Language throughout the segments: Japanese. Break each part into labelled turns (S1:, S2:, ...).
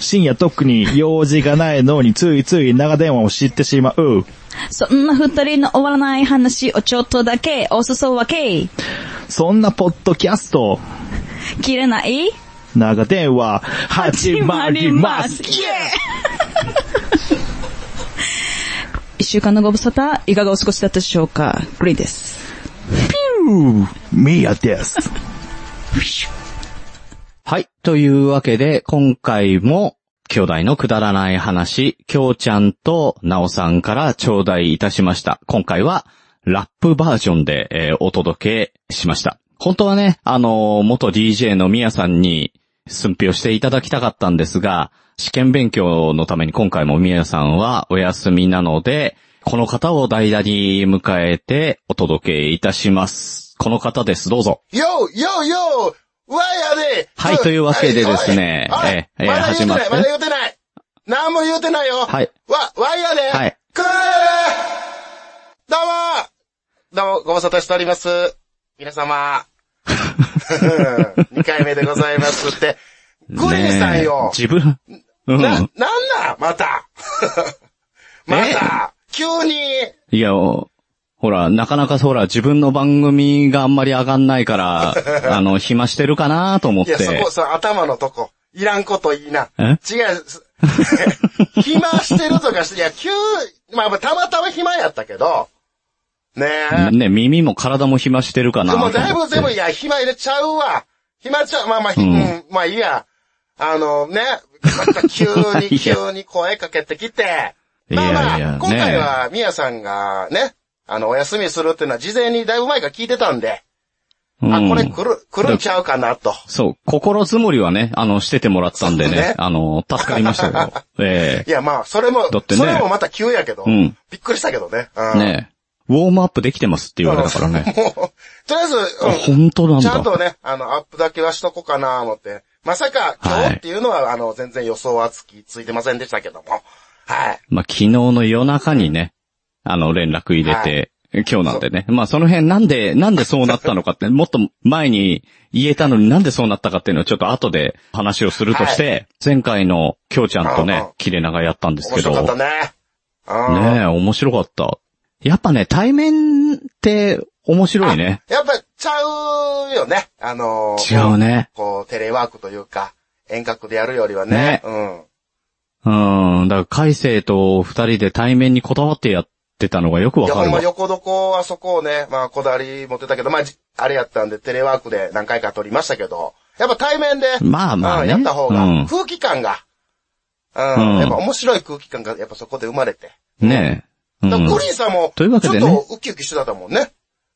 S1: 深夜特に用事がないのについつい長電話を知ってしまう。
S2: そんな二人の終わらない話をちょっとだけお裾分け。
S1: そんなポッドキャスト、
S2: 切れない
S1: 長電話、始まります。
S2: イエー 一週間のご無沙汰、いかがお過ごしだったでしょうかグリーンです。
S1: ミヤです。
S3: はい。というわけで、今回も、兄弟のくだらない話、きょうちゃんとなおさんから頂戴いたしました。今回は、ラップバージョンで、えーお届けしました。本当はね、あのー元 DJ のみやさんに、寸評していただきたかったんですが、試験勉強のために今回もみやさんはお休みなので、この方を代打に迎えてお届けいたします。この方です、どうぞ。
S4: よよよわやで
S3: はいというわけでですね
S4: おいお
S3: え
S4: い
S3: えええ
S4: まだ言う
S3: 始
S4: てない
S3: まって
S4: まだ言うてない何も言うてないよ
S3: はい。
S4: わ、わやで
S3: はい。
S4: くーどうもどうも、ご無沙汰しております。皆様。2回目でございますって。グリーンさんよ
S3: ねえ自分、う
S4: な、なんん。なん またまた急に
S3: いや、おほら、なかなかほら、自分の番組があんまり上がんない から、あの、暇してるかなと思っ
S4: いや、そ
S3: て
S4: こ、。その頭のとこ。いらんこと言いな。
S3: え
S4: 違う す。暇してるとかして、いや、急、まあまあ、たまたま暇やったけど、ねえ。
S3: ね、耳も体も暇してるかな
S4: で
S3: と思
S4: も
S3: って
S4: だいぶ、でも、いや、暇入れちゃうわ。暇ちゃう、まあまあ、ひ
S3: うん
S4: うんまあいいや。あのね、また急
S3: い
S4: に、
S3: や
S4: 急に声かけてきて、
S3: いや
S4: まあ
S3: い
S4: まあ、
S3: や、
S4: 今回
S3: ね
S4: は、みやさんがね、あの、お休みするっていうのは事前にだいぶ前から聞いてたんで、
S3: え。う
S4: あ、
S3: ん
S4: これ来る、来るんちゃうかなと。
S3: そう、心積もりはね、あの、しててもらったんで
S4: そう
S3: ね
S4: ね、
S3: あの、助かりましたよ。 え
S4: いや、まあ、それも、
S3: だってね
S4: それもまた急やけど、
S3: うん
S4: びっくりしたけどね。
S3: え。
S4: うん、
S3: ねえ。ウォームアップできてますって言われたからね。
S4: もう、とりあえず、
S3: あ
S4: うん
S3: 本当なん
S4: ちゃん
S3: だ。
S4: とね、あの、アップだけはしとこうかな思って。まさか、
S3: はい
S4: 今日っていうのは、あの、全然予想はつき、ついてませんでしたけども。はい。
S3: まあ、昨日の夜中にね、あの、連絡入れて、今日なんでね。まあ、その辺なんで、なんでそうなったのかって、もっと前に言えたのになんでそうなったかっていうのをちょっと後で話をするとして、前回の京ちゃんと
S4: うんうん
S3: ね、切れ長やったんです
S4: 面
S3: けど、
S4: 白かった
S3: ね
S4: ね。うん。
S3: え、面白かった。やっぱね、対面って面白いね。
S4: やっぱ、ちゃうよね。あの
S3: 違う。ね。
S4: こう、テレワークというか、遠隔でやるよりは
S3: ね
S4: ね。うん。
S3: うん、だから、海星と二人で対面にこだわってやってたのがよくわ
S4: いや、
S3: か
S4: ほん
S3: る
S4: ま
S3: わ。
S4: 横床はそこをね、まあ、こだわり持ってたけど、まあ、じあれやったんで、テレワークで何回か撮りましたけど、やっぱ対面で、
S3: まあまあ
S4: うん
S3: ね。
S4: やった方
S3: う
S4: が、
S3: ん
S4: 空気感が、うん、
S3: うん
S4: やっぱ面白い空気感が、やっぱそこで生まれて。
S3: ねえ。う
S4: だから
S3: ん
S4: クリーンさんも、
S3: というわけでね
S4: ちょっとウキウキしてたもんね。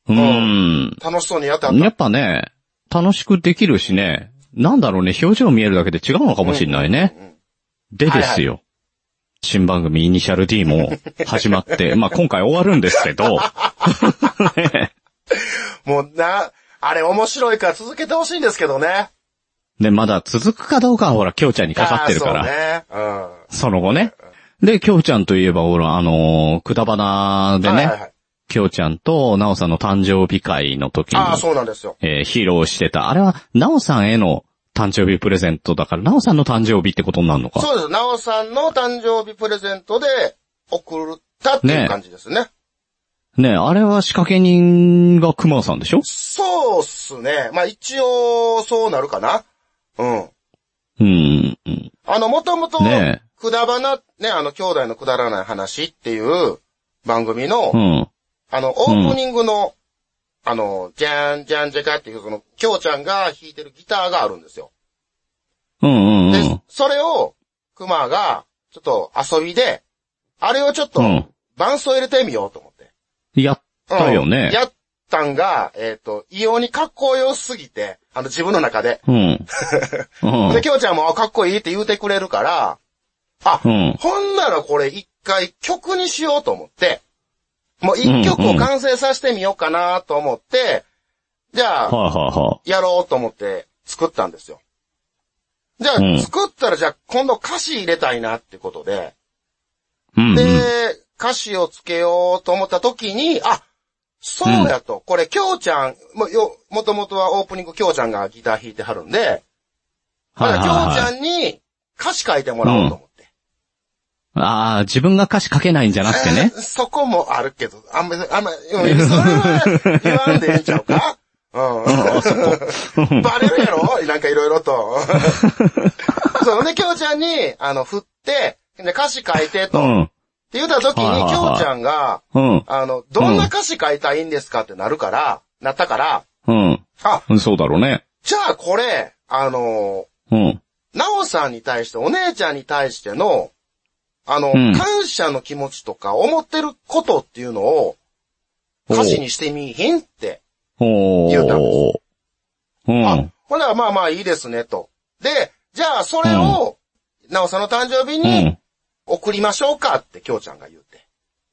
S3: うん。
S4: 楽しそうにやってはった。
S3: やっぱね、楽しくできるしね、なんだろうね、表情見えるだけで違うのかもしれないね。
S4: うんうんうん。
S3: でですよ。新番組イニシャル D も始まって、 まあ今回終わるんですけど、
S4: もうな、あれ面白いから続けてほしいんですけどね。
S3: で、まだ続くかどうかはほら、きょうちゃんにかかってるから、
S4: あーそうね。
S3: その後ね。で、きょうちゃんといえばほら、あのーくだばな
S4: う
S3: で
S4: ん。はい
S3: ね
S4: はい、はい。
S3: きょうちゃんとなおさんの誕生日会の時に、
S4: ああ、そうなんですよ。
S3: えー披露してた。あれは、なおさんへの誕生日プレゼントだから、なおさんの誕生日ってことになるのか。
S4: そうです。なおさんの誕生日プレゼントで送ったっていう感じですね。
S3: ねえ、あれは仕掛け人が熊さんでしょ
S4: そうっすね。まあ一応、そうなるかな。うん。
S3: うん。うん
S4: あの、もともと、
S3: ね
S4: くだばな、ね、あの、兄弟のくだらない話っていう番組の、
S3: うん。
S4: あの、オープニングの、あの、じゃんじゃんじゃかっていう、その、きょうちゃんが弾いてるギターがあるんですよ。
S3: うんうんう
S4: で、
S3: ん。
S4: それを、くまが、ちょっと遊びで、あれをちょっと
S3: う、ん。
S4: 伴奏入れてみようと思って。
S3: やったよ
S4: うん
S3: ね。
S4: やったんが、えっ、と、異様にかっこよすぎて、あの、自分の中で。
S3: うん。うん
S4: で、きょうちゃんも、あかっこいいって言うてくれるから、あ、
S3: うん。
S4: ほんならこれ一回曲にしようと思って、もう一曲を完成させてみようかなと思って、じゃあ、
S3: はいはいは
S4: やろうと思って作ったんですよ。じゃ
S3: う
S4: あ、
S3: ん
S4: 作ったらじゃあ今度歌詞入れたいなってことで、
S3: い。うんうん。
S4: で、歌詞をつけようと思った時に、あ、そうやと、これ、きょうちゃん、もよ、もともとはオープニングきょうちゃんがギター弾いてはるんで、だ
S3: はい
S4: からきょうち
S3: は
S4: ゃんに歌詞書いてもらおうと思って。
S3: ああ、自分が歌詞書けないんじゃなくてね。
S4: えーそこもあるけど、あんま、あんま、うんそれは言わんでええんちゃう かうん。バレるやろなんかいろいろと。 そうね、きょうちゃんに、あの、振って、で、歌詞書いて
S3: う
S4: と。って
S3: ん。
S4: 言った時
S3: はい
S4: に、
S3: はい
S4: き
S3: はい
S4: ょうちゃんが、
S3: うん。
S4: あの、どんな歌詞書いたらいいんですかってなるから、なったから、
S3: うん。
S4: あ、
S3: うんそうだろうね。
S4: じゃあこれ、あの、
S3: うん。
S4: なおさんに対して、お姉ちゃんに対しての、あの、
S3: うん
S4: 感謝の気持ちとか、思ってることっていうのを、歌詞にしてみいひんって。
S3: お
S4: 言うたん
S3: ー。う
S4: あ
S3: ん。、
S4: ほら、まあまあいいですね、と。で、じゃあ、それを、なおさんの誕生日
S3: う
S4: に
S3: ん。
S4: 送りましょうかって、きょうちゃんが言って。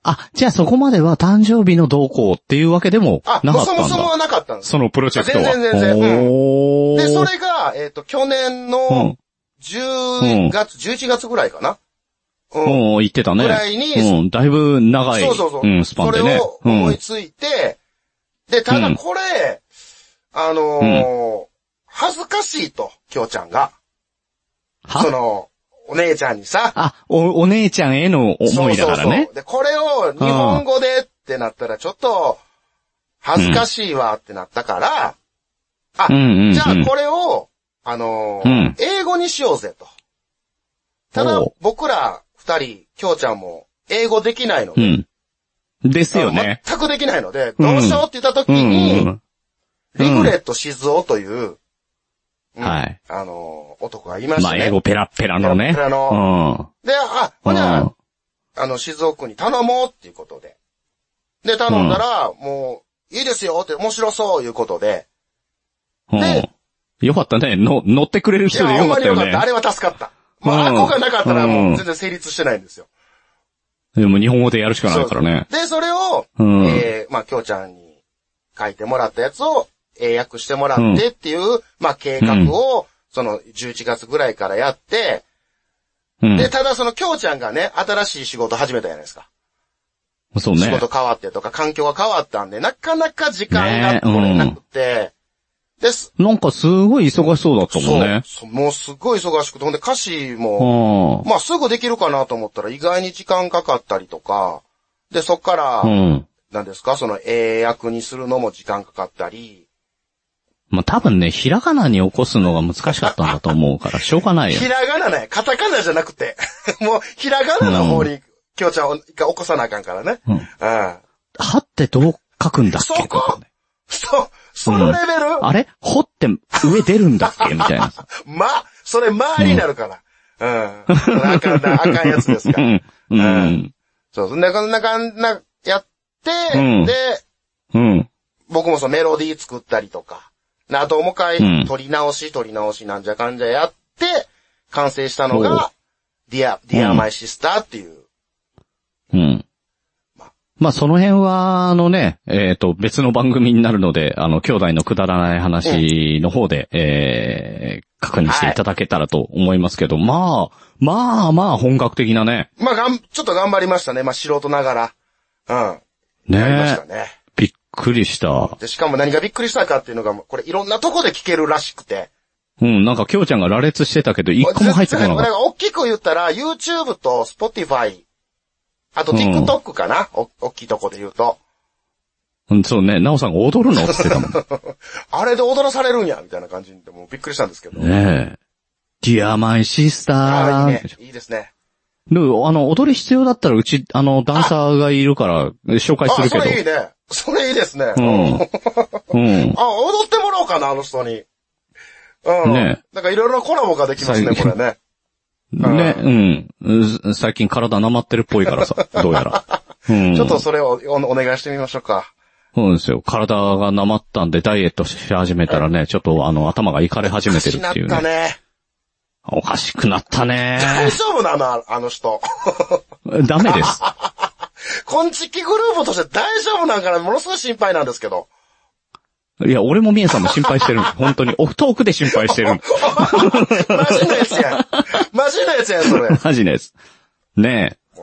S3: あ、じゃあそこまでは誕生日の動向っていうわけでも
S4: あ、
S3: な
S4: も
S3: か
S4: う
S3: った
S4: そ
S3: んだ。
S4: もそもはなかったんです。
S3: そのプロジェクトは。
S4: 全然全然うん
S3: おー。
S4: で、それが、えっ、と、去年
S3: うん
S4: の。10月、11月ぐらいかな。うん。
S3: うん、言ってたね。
S4: ぐらいに
S3: うん、だいぶ長い。
S4: そうそうそう。
S3: ん、スパンで
S4: そ
S3: ね
S4: れを。
S3: う
S4: 思い
S3: ん。
S4: ついて、で、ただこれ、あのー恥ずかしいと、きょうちゃんが。そ
S3: は
S4: の、お姉ちゃんにさ、
S3: あ、お、お姉ちゃんへの思いだからね。
S4: で、これを日本語でってなったら、ちょっと、恥ずかしいわってなったから、あ、
S3: うんうんうん
S4: じゃあこれを、あの
S3: う
S4: ー
S3: ん
S4: 英語にしようぜと。ただ
S3: おう、
S4: 僕ら二人、きょうちゃんも、英語できないので、
S3: うん。ですよね。
S4: 全くできないので、どうしようって言った時
S3: うん
S4: に、
S3: うん。
S4: リグレット静雄という、うん
S3: はい。
S4: あのー、男がいまし
S3: ま
S4: た
S3: あ、
S4: ね。
S3: 英語ペラッペラのね。
S4: ペラッペラので、あ、
S3: う
S4: ほ
S3: ん。
S4: な、
S3: う
S4: あの、静雄君に頼もうっていうことで。で、頼んだら、もう、いいですよって面白そういうことで。
S3: ん
S4: で
S3: うん。よかったね。の、乗ってくれる
S4: い
S3: 人でよかったよ
S4: ほんまに
S3: ね
S4: あ。れは助かった。まあ、あ
S3: う
S4: っ
S3: ん
S4: こがなかったらも
S3: う
S4: うん全然成立してないんですよ。
S3: でも日本語でやるしかないからね。
S4: で、それを、
S3: うん
S4: えー、まあ、きょうちゃんに書いてもらったやつを、英訳してもらってっていう、まあ、計画を、その、11月ぐらいからやって、
S3: うん。
S4: で、ただその、京ちゃんがね、新しい仕事始めたじゃないですか。
S3: そう
S4: 仕
S3: ね。
S4: 事変わってとか、環境が変わったんで、なかなか時間が
S3: ね
S4: 取れなくて、です。
S3: なんかすごい忙しそうだったもんね。
S4: そう。もうすっごい忙しくて、ほんで歌詞も、
S3: う
S4: まあすぐできるかなと思ったら意外に時間かかったりとか、で、そっから、
S3: ん。うん。
S4: なんですか、その英訳にするのも時間かかったり、
S3: まあ、多分ね、ひらがなに起こすのが難しかったんだと思うから、しょうがないよ
S4: ひ。らがなね、カタカナじゃなくて、 もうひらがなの方に、京ちゃんを一回起こさなあかんからね。
S3: うん。
S4: うん。
S3: はってどう書くんだっけ
S4: そこと
S3: かね
S4: そ、そのレベル、
S3: あれほって上出るんだっけみたいな。
S4: ま、それ、まになるから。うん。あかんな、あかんやつですか
S3: う
S4: ら。
S3: ん。う。
S4: うんそう、そんな、こんな、こんな、やって、
S3: うん
S4: で、
S3: うん。
S4: 僕もそのメロディー作ったりとか、なあともう一
S3: うん
S4: 回、撮り直し、撮り直し、なんじゃかんじゃやって、完成したのが、Dear,
S3: う
S4: Dear
S3: ん
S4: My Sister っていう。
S3: うん。まあ、その辺は、あのね、えっ、と、別の番組になるので、あの、兄弟のくだらない話の方で、えー、確認していただけたらと思いますけど、まあ、まあまあ、本格的なね。
S4: まあ、がん、ちょっと頑張りましたね。まあ、素人ながら。うん。やりま
S3: ね
S4: したね。
S3: びっくりした。
S4: で、しかも何がびっくりしたかっていうのが、もうこれいろんなとこで聞けるらしくて。
S3: うん、なんか、きょうちゃんが羅列してたけど、一個も入ってこなか
S4: こ
S3: っ
S4: れ
S3: た。
S4: 大きく言ったら、YouTube と Spotify、あと
S3: うん
S4: TikTok かな、お大きいとこで言うと。
S3: うん、そうね、なおさんが踊るのって言ってたもん。
S4: あれで踊らされるんや、みたいな感じで、もうびっくりしたんですけど。
S3: ねえ。Dear My
S4: ああ、いいね
S3: Sister. で。
S4: いいですね。
S3: あの、踊り必要だったらうち、あの、ダンサーがいるから、紹介
S4: あ
S3: する
S4: それい
S3: け
S4: いね。それいいですね。
S3: ど。うん。う ん。
S4: あ、踊ってもらおうかな、あの人に。うん。
S3: ね
S4: なんかいろいろコラボができますね、
S3: 最
S4: こ
S3: 近
S4: れね。
S3: ね、うんうん。最近体なまってるっぽいから さ、どうやら。うん。
S4: ちょっとそれをおお願いしてみましょうか。
S3: そうですよ。体がなまったんでダイエットし始めたらね、ちょっとあの、頭がいかれ始めてる
S4: しな
S3: っ
S4: って
S3: いう
S4: た
S3: ね。
S4: ね。
S3: おかしくなったね。
S4: 大丈夫なの、あの人。
S3: ダメです。
S4: こんちきグループとして大丈夫なんかな、ものすごい心配なんですけど。
S3: いや、俺もみえさんも心配してるん です。本当に。オフトークで心配してるんです。
S4: マジなやつやん。マジなやつやん、それ。
S3: マジです。ねえ。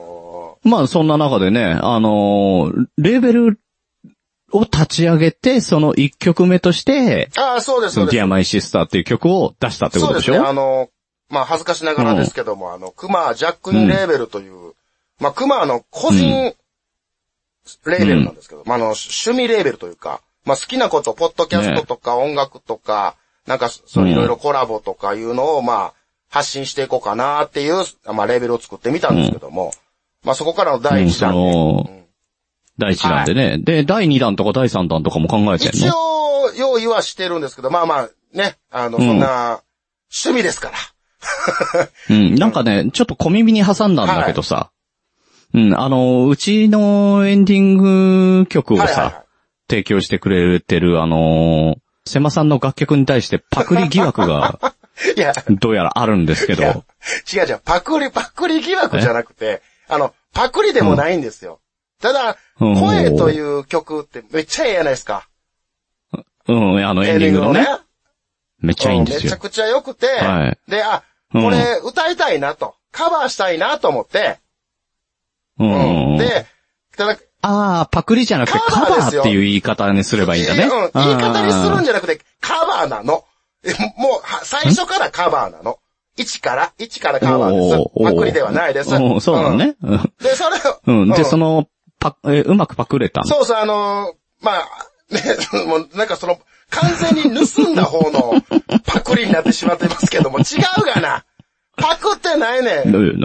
S3: まあ、そんな中でね、あのーレーベルを立ち上げて、その1曲目として、
S4: ああ、そうです、
S3: そ
S4: そう
S3: の
S4: です。
S3: Dear My Sister っていう曲を出したってこ
S4: そ
S3: と
S4: う
S3: で
S4: で
S3: し
S4: す
S3: ょ
S4: ね、あの、まあ恥ずかしながらですけども、あの、クマジャックインレーベルという、まあクマの個人レーベルなんですけど、まああの、趣味レーベルというか、まあ好きなこと、ポッドキャストとか音楽とか、なんかそういろいろコラボとかいうのを、まあ発信していこうかなっていう、まあレーベルを作ってみたんですけども、まあそこからの第一弾で、
S3: うんその第1弾でね。で、第2弾とか第3弾とかも考えてん
S4: 一
S3: の
S4: 応、用意はしてるんですけど、まあまあ、ね、あの、そんな、趣味ですから。
S3: うん。なんかね、ちょっと小耳に挟んだんだけどさ。うん、あの、うちのエンディング曲を
S4: はいはいはい
S3: さ、提供してくれてる、あの、セマさんの楽曲に対してパクリ疑惑 が、
S4: いや、
S3: どうやらあるんですけ
S4: いや
S3: ど。
S4: 違う違う、パクリ、パクリ疑惑じゃなくて、あの、パクリでもないんですよ。ただ、
S3: うん
S4: 声という曲ってめっちゃええやないですか。
S3: うん、あの、エンディングのね。めっちゃいいんで
S4: め
S3: す
S4: ち
S3: よ
S4: ゃ。くちゃ良くて、
S3: は
S4: で、あ、
S3: うん
S4: これ歌いたいなと、カバーしたいなと思って、
S3: う。
S4: うんで、ただ、
S3: ああ、パクリじゃなくて
S4: カ
S3: カ
S4: バー
S3: バ
S4: です
S3: ー
S4: よ
S3: っていう言い方にすればいいんだね。
S4: うん言い方にするん
S3: じ
S4: じゃなくて、カバーなの。えもう、は最初からカバーなの。一から、一からカバーです。パクリではないです。
S3: そうなのね。
S4: うん。で、それ
S3: う
S4: を、
S3: ん。で、そ
S4: の、
S3: の、パク、え、うまくパクれたの
S4: そうそう、あのーまあ、 ね、もうなんかその、完全に盗んだ方のパクリになってしまってますけども、違うがな。パクってないねん。
S3: なに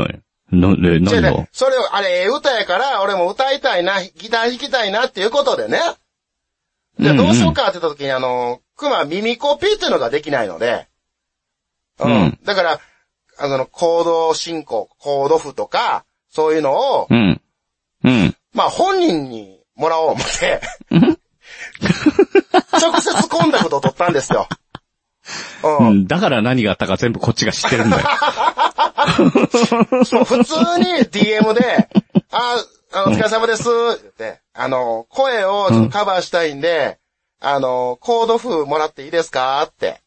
S3: なにな
S4: 違う
S3: に
S4: 違
S3: な
S4: う
S3: に
S4: それを、あれ、ええ歌やから、俺も歌いたいな、ギター弾きたいなっていうことでね。じゃあ
S3: うんうん
S4: どうしようかって言った時に、あの、熊耳コピーっていうのができないので。うん。
S3: うん
S4: だから、あの、コード進行、コード譜とか、そういうのを、
S3: うん。うん。
S4: まあ本人にもらおう思って、直接コンタクトを取ったんですよ。う。
S3: うんん。だから何があったか全部こっちが知ってるんだよ。
S4: そう、普通に DM で、あ、あの、お疲れ様です、って、あの、声をちょっとカバーしたいんで、あの、コード譜もらっていいですかって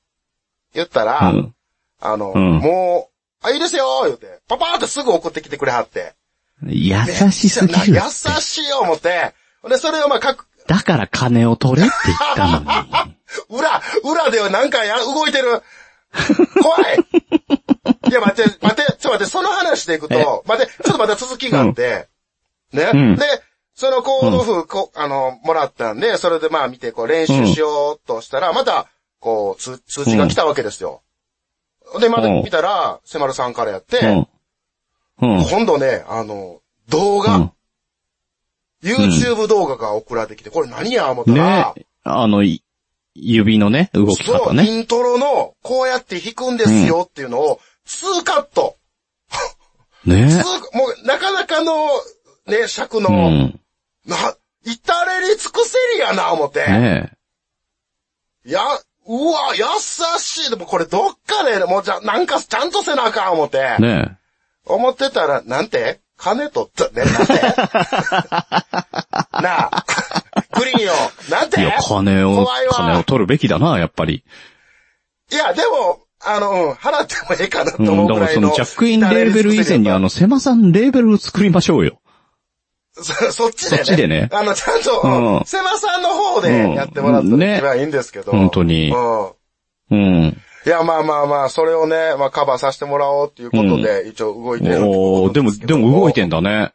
S4: 言った
S3: う
S4: ら、
S3: ん。
S4: あの、
S3: うん
S4: もう、あ、いいですよ言って、パパーってすぐ送ってきてくれはって。
S3: 優しすぎる
S4: な。優しい思って、で、それをまあ、かく、
S3: だから金を取れって言ったのに。
S4: 裏、裏ではなんかや、動いてる。怖 い。いや、待って、待って、ちょっと待って、その話でいく
S3: え
S4: と、待って、ちょっと待って、続きがあって、ね、
S3: うん
S4: で、そのコード譜、こあの、もらったんで、それでまあ見て、こう練習しようとしたら、また、こう、通通知が来たわけですよ。で、また
S3: うん
S4: 見たら、セマルさんからやって、
S3: うん。うん。
S4: 今度ね、あの、動画、
S3: うん
S4: YouTube 動画が送られてきて、これ何や思ったら、
S3: ねあの、い指のね、動き
S4: そ
S3: 方
S4: う、
S3: ね。
S4: イントロの、こうやって弾くんですよっていうのを、2カット。2
S3: ね
S4: もう、なかなかの、ね、
S3: う
S4: 尺の、
S3: ん。
S4: な、至れり尽くせりやな、思って。
S3: ね
S4: や、うわ、優しい。でもこれどっかで、もうじゃ、なんかちゃんとせなあかん、思って。
S3: ね
S4: 思ってたら、なんて金取った、ね、 なんてなあ、グリーンよ、なんて
S3: いや、金を
S4: 怖い、わ
S3: 金を取るべきだな、やっぱり。
S4: いや、でも、あの、うん払ってもええかなと
S3: うん、
S4: 思う
S3: だか
S4: ぐ
S3: ら
S4: らい
S3: そ
S4: の。
S3: のジャックインレーベル以前にあの、セマさんレーベルを作りましょうよ。
S4: そ、 そっちでね。
S3: そっちでね
S4: あの、ちゃんと、
S3: うん
S4: セマさんの方でやってもらった
S3: うん
S4: ら
S3: ね
S4: 一番いいんですけど。
S3: 本当に
S4: うん。
S3: うん。
S4: いや、まあまあまあ、それをね、まあカバーさせてもらおうっていうことで、一応動いてるって
S3: お
S4: こ
S3: ー、
S4: と
S3: で
S4: な
S3: も、
S4: んすけ
S3: で
S4: ど
S3: も動いてんだね。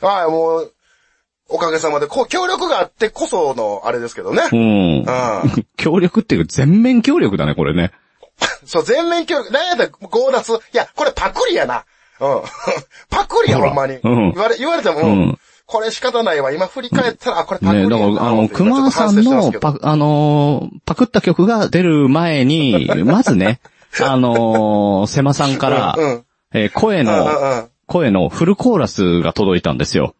S4: はい、もう、おかげさまで、こう、協力があってこその、あれですけどね。
S3: う
S4: うん。
S3: ん。協力っていうか全面協力だね、これね。
S4: そう、全面協力、なんやったら強奪。いや、これパクリやな。うん。 パクリや、
S3: ほら
S4: ほんまに。
S3: うん
S4: 言われ、言われても、
S3: うん
S4: これ仕方ないわ。今振り返ったら、あ、これパクリ
S3: ね
S4: や
S3: だ
S4: な。
S3: から、あの、
S4: って今ちょ
S3: 熊
S4: っと
S3: さん
S4: 反省してます
S3: の
S4: けど
S3: パ、あのー、パクった曲が出る前 に、まずね、あのー、セマさんか
S4: うん
S3: ら
S4: うん、
S3: えー声
S4: うんうんうん
S3: の、声のフルコーラスが届いたんですよ。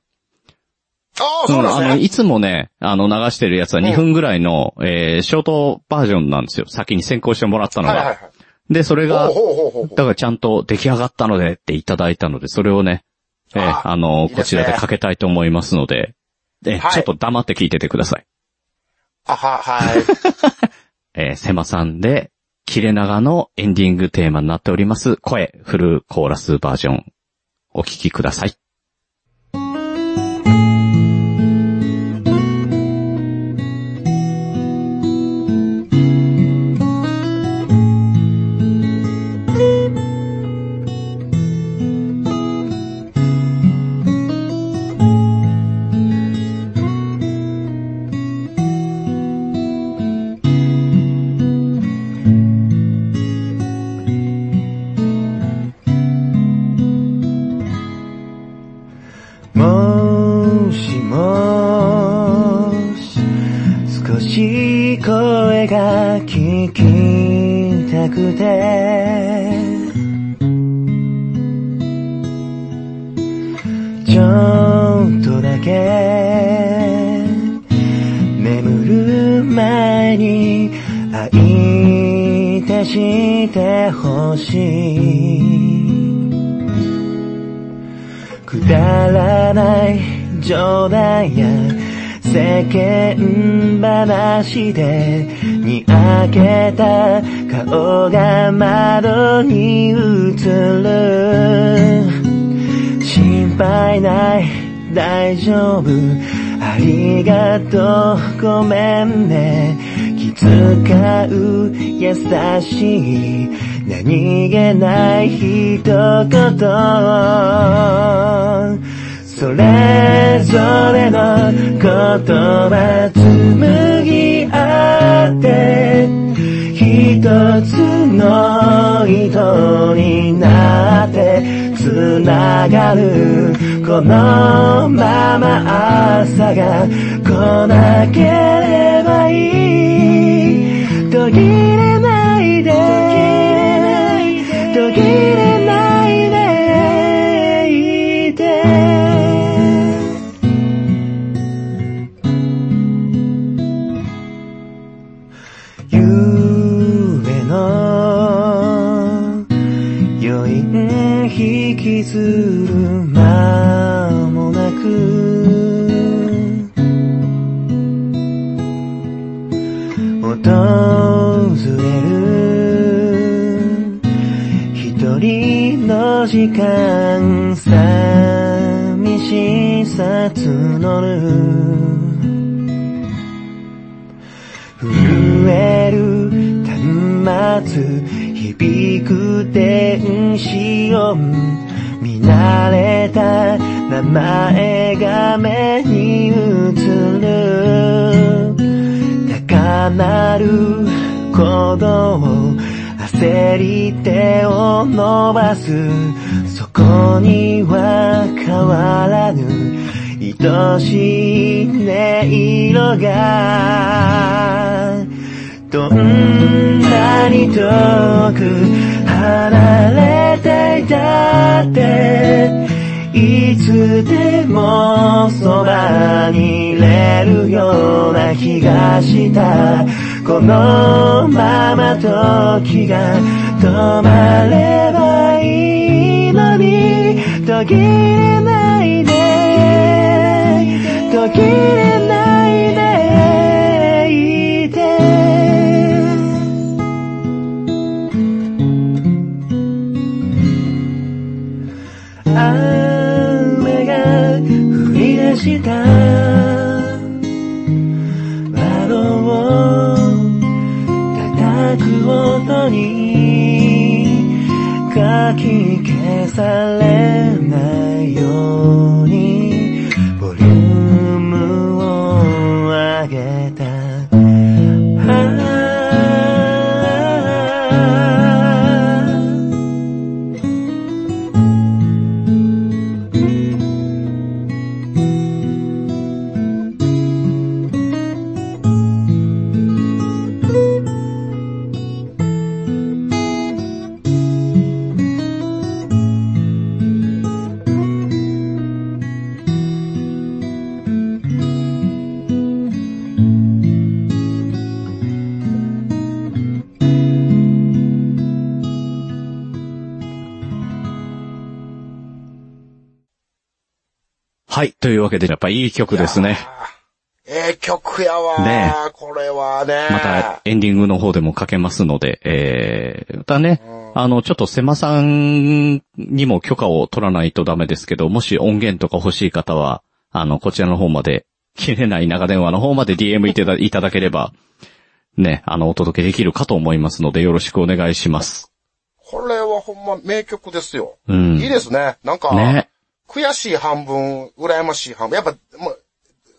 S4: ああ、そうなん
S3: あ
S4: です
S3: の、
S4: ね。
S3: いつもね、あの、流してるやつは2分ぐらいの、えーショートバージョンなんですよ。先に先行してもらったの
S4: はい
S3: が。
S4: はいはい。
S3: で、それが、
S4: ほうほうほうほう
S3: だからちゃんと出来上がったのでっていただいたので、それをね、えー
S4: あー
S3: あの
S4: いいですね
S3: こちらでかけたいと思いますので、えー
S4: はい
S3: ちょっと黙って聞いててください。
S4: あは、はい。
S3: えー、セマさんで、切れ長のエンディングテーマになっております。声、フルコーラスバージョン、お聞きください。
S5: 「くてちょっとだけ眠る前に相手してほしいくだらない冗談や世間話でにあけた顔が窓に映る心配ない大丈夫ありがとうごめんね気遣う優しい何気ない一言それぞれの言葉紡ぎ合って一つの糸になって繋がるこのまま朝が来なければいい途切れないで途切れないでいて夢の余韻引きずる間もなく訪れる一人の時間寂しさ募る震える端末響く電子音見慣れた名前が目に映る高鳴る鼓動焦り手を伸ばすそこには変わらぬ愛しい音色がどんなに遠く離れていたっていつでもそばにいれるような気がしたこのまま時が止まればいいのに途切れないで途切れないでいて雨が降り出した窓を叩く音にかき消されないようにボリュームを上げたあー
S3: はい。というわけで、やっぱいい曲ですね。
S4: ええ曲やわー。
S3: ね
S4: これはね。
S3: また、エンディングの方でもかけますので、えー、またね、あの、ちょっとセマさんにも許可を取らないとダメですけど、もし音源とか欲しい方は、あの、こちらの方まで、切れない長電話の方まで DM いただいただければ、ね、あの、お届けできるかと思いますので、よろしくお願いします。
S4: これはほんま名曲ですよ。
S3: うん
S4: いいですね。なんか、
S3: ね。
S4: 悔しい半分、羨ましい半分。やっぱ、もう、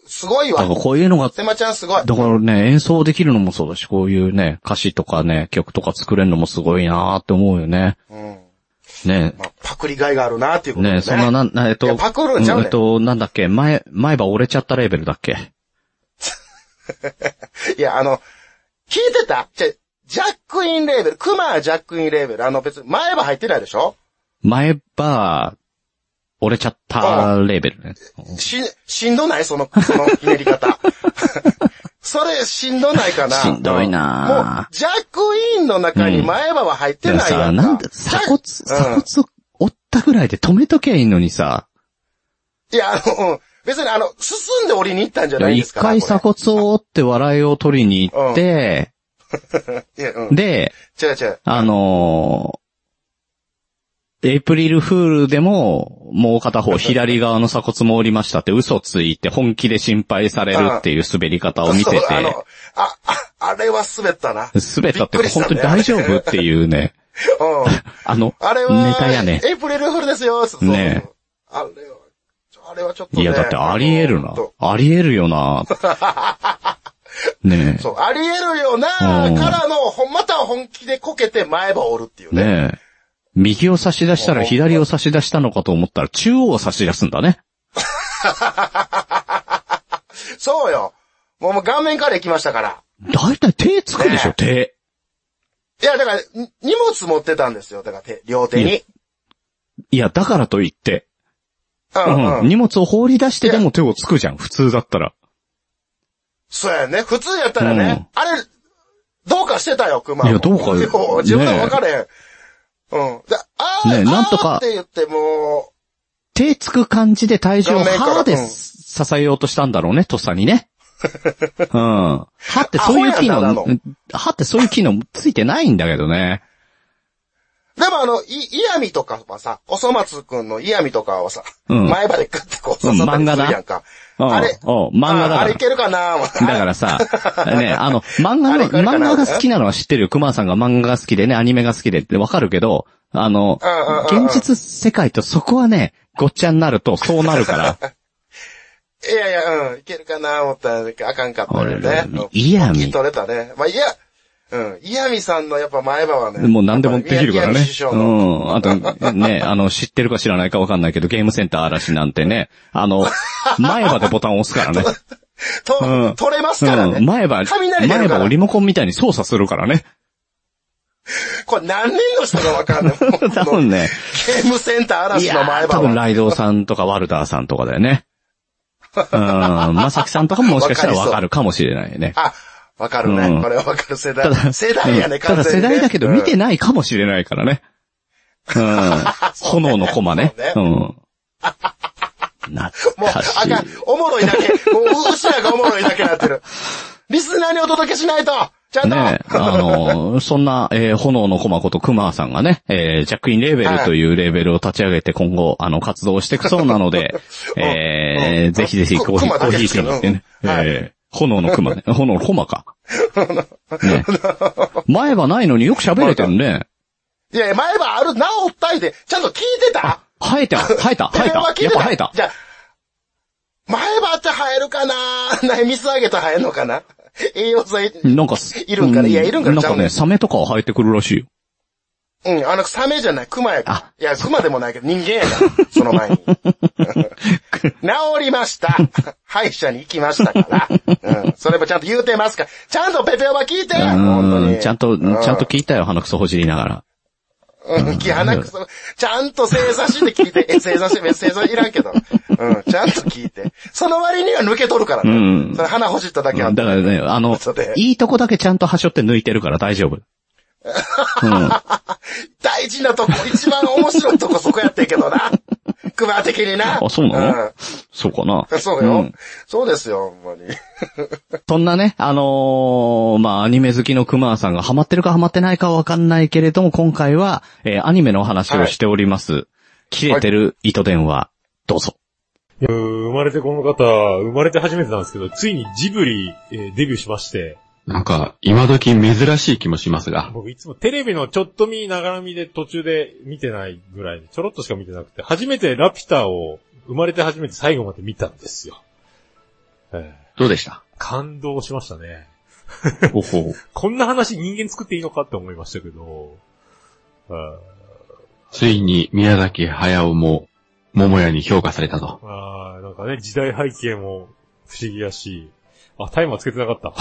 S4: すごい
S3: だ
S4: わ
S3: から。こういうのが
S4: セマちゃんすごい。
S3: だからね、演奏できるのもそうだし、こういうね、歌詞とかね、曲とか作れるのもすごいなーって思うよね。
S4: うん。
S3: ね。
S4: まあ、パクリがいがあるなっていうことで
S3: ね、そんな、なん、なえっ
S4: い
S3: と、
S4: やパクるんちゃうね
S3: えっと、なんだっけ、前、前歯折れちゃったレーベルだっけ
S4: いや、あの、聞いてたじゃ、ジャックインレーベル、クマはジャックインレーベル、あの別に、前歯入ってないでしょ
S3: 前歯、折れちゃったレベルね。
S4: し、しんどないその、そのひねり方。 それ、しんどないかな
S3: しんどいな
S4: もう、ジャックインの中に前歯は入って
S3: でも
S4: ないや
S3: さ、
S4: んか。
S3: なんで、
S4: ジャ
S3: 鎖骨、鎖骨を折ったぐらいで止めときゃいいのにさ、
S4: いや、あの、うん別にあの、進んで折りに行ったんじゃないんで
S3: 一
S4: すから。
S3: 回鎖
S4: こ
S3: 骨を折って笑いを取りに行って、
S4: れ。いや、うん。違う
S3: で、
S4: 違う。
S3: あのーエイプリルフールでも、もう 片方左側の鎖骨も折りましたって嘘ついて本気で心配されるっていう滑り方を見てて
S4: そう、あの、あ、あ、あれは滑っ たな。
S3: 滑ったって
S4: びくりし
S3: 本
S4: た
S3: 当
S4: ね
S3: に大丈夫っていうね、
S4: うん。
S3: あの、
S4: あれは、
S3: ネタやね。
S4: エイプリルフールですよ、そう
S3: ねえ
S4: あれは、ちょあれはちょっと、
S3: い
S4: ね。
S3: やだってあり得るな
S4: ほんと。
S3: あり得るよ な。ね
S4: そう、あり得るよな、
S3: うん
S4: からの、ほん、また本気でこけて前歯折るっていう
S3: え、
S4: ね。
S3: ねえ。右を差し出したら左を差し出したのかと思ったら中央を差し出すんだね。
S4: そうよ。もうもう顔面から行きましたから。
S3: だいたい手つくでしょ、
S4: ね
S3: 手。
S4: いや、だから、に荷物持ってたんですよ。だから手、両手に。
S3: いや、だからといって。
S4: う
S3: うんん、
S4: うん。
S3: 荷物を放り出してでも手をつくじゃん、普通だったら。
S4: そうやね。普通やったらね。あれ、どうかしてたよ、熊も。
S3: いやどうか
S4: よ自分で
S3: ね
S4: も
S3: え
S4: 分かれへん。うん。であー、
S3: ねえ
S4: な
S3: なんん
S4: と
S3: と
S4: か。
S3: か
S4: って言っても
S3: 手つく感じで体重を
S4: 正面から
S3: 歯で
S4: うん
S3: 支えようとしたんだろうね、とっさにね。 うん。歯ってそういう機
S4: アホやな
S3: 能
S4: な、
S3: 歯ってそういう機能ついてないんだけどね。
S4: う、でもあの、い、嫌味とかはさ、おそ松くんの嫌味とかはさ、
S3: うん
S4: 前歯でグッてこう
S3: うん
S4: 刺さった
S3: 漫
S4: りす
S3: 画
S4: る
S3: な
S4: やんか。
S3: うん
S4: あれ、
S3: うん漫画だ
S4: あ
S3: か
S4: あれ
S3: ら
S4: い。けるかな
S3: だからさ、ね、あの、漫
S4: あ
S3: 画
S4: れ
S3: の、
S4: これかな
S3: 漫画が好きなのは知ってるよ。熊さんが漫画が好きでね、アニメが好きでってわかるけど、あの
S4: うんうん、うんうん
S3: 現実世界とそこはね、ごっちゃになるとそうなるから。
S4: いやいや、うん、いけるかな思ったら あかんかったよね。
S3: 俺嫌味
S4: 聞き取れたね。まあ、いや、うん、嫌味さんのやっぱ前歯はね。
S3: もう何でもできるから
S4: やっぱ宮城
S3: ね
S4: 師。匠
S3: う
S4: の
S3: ん。あと、 ね、あの、知ってるか知らないかわかんないけど、ゲームセンター嵐なんてね、あの、前歯でボタンを押すからね。
S4: と、
S3: うん
S4: 取れますからね。
S3: うん。前歯、
S4: 雷出
S3: 前
S4: るから
S3: 歯をリモコンみたいに操作するから ね。
S4: これ何人の人がわかんない。
S3: 多分ね。
S4: ゲームセンター
S3: い
S4: 嵐の前
S3: やー
S4: 歯
S3: 多分
S4: は。
S3: ライドウさんとかワルダーさんとかだよね。うん。 まさきさんとかももしかしたらわかるかもしれないね。
S4: あ、わかるね。
S3: うん
S4: これはわかる世
S3: た
S4: 代。
S3: だ、
S4: 世代や
S3: う
S4: ね、
S3: んた
S4: 完
S3: だ
S4: 全
S3: 世
S4: にね、
S3: 代だけど見て
S4: うん
S3: ないかもしれないからね。うん。 炎のコマね。うん。懐
S4: もう、
S3: かし
S4: あ
S3: い
S4: かん。おもろいだけ。もう、うちらがおもろいだけになってる。リスナーにお届けしないとちゃんと、
S3: ねえ、あの、そんな、えー炎の駒ことクマさんがね、えージャックインレーベルというレーベルを立ち上げて今後、あの、活動していくそうなの で、えー
S4: うん
S3: ぜひぜひ
S4: く
S3: コーヒー、
S4: 熊
S3: コ
S4: だ
S3: ー
S4: け
S3: ヒ
S4: で
S3: ー
S4: すけ
S3: し
S4: ど
S3: に行ってね、
S4: はい
S3: えー炎の熊ね、炎の駒 か。ね、前歯ないのによく喋れてるね。
S4: いや、前歯ある、治ったいで、ちゃんと聞いてた
S3: 生えた、生えた、生え
S4: 電話
S3: た。
S4: 聞い
S3: やってぱ
S4: た
S3: 生えた。
S4: じゃあ、前歯って生えるかな ない、水あげたら生えんのかな 栄養剤。
S3: なんかす、
S4: いるんか
S3: う
S4: ないやいるんかな
S3: なん
S4: ちゃ
S3: か
S4: うね
S3: ね、サメとかは生えてくるらしいよ。
S4: うん、あの、サメじゃない、クマや
S3: あ
S4: いや、クマでもないけど、人間やから、 その 前に。治りました。 歯医者に行きましたから。うん、それもちゃんと言うてますから。ちゃんとペペオバ聞いて本当
S3: う
S4: に。
S3: ん、ちゃんと、ちゃんと聞いたよ、鼻くそほじりながら。
S4: うん、気鼻くそ、ちゃんと正座して聞 いて、え、正座して、正座いらんけど、うん、ちゃんと聞いて。その割には抜け取るからね。
S3: うん
S4: それ鼻ほじっただけあ
S3: う
S4: っ
S3: ん
S4: て
S3: だからね、あの
S4: そうで、
S3: いいとこだけちゃんと端折って抜いてるから大丈夫。うん、
S4: 大事なとこ、一番面白いとこそこやってんけどな。クマ的にな。
S3: あそうなの
S4: ん
S3: そうか な。
S4: そうよ、
S3: ん
S4: そうですよ、ほんまに。
S3: そんなね、あのーまあ、アニメ好きのクマさんがハマってるかハマってないかはわかんないけれども、今回は、えーアニメのお話をしております。切れてる糸電話、どうぞ。
S6: いや生まれてこの方、生まれて初めてなんですけど、ついにジブリ、えーデビューしまして、
S7: なんか、今時珍しい気もします が。
S6: 僕いつもテレビのちょっと見ながら見で途中で見てないぐらいで、ちょろっとしか見てなくて、初めてラピュタを生まれて初めて最後まで見たんですよ。えー
S7: どうでした
S6: 感動しましたね。
S7: ほほ
S6: こんな話人間作っていいのかって思いましたけど、あ
S7: ついに宮崎駿も、桃屋に評価されたと。
S6: ーあー、なんかね、時代背景も不思議やし、あ、タイマーつけてなかった。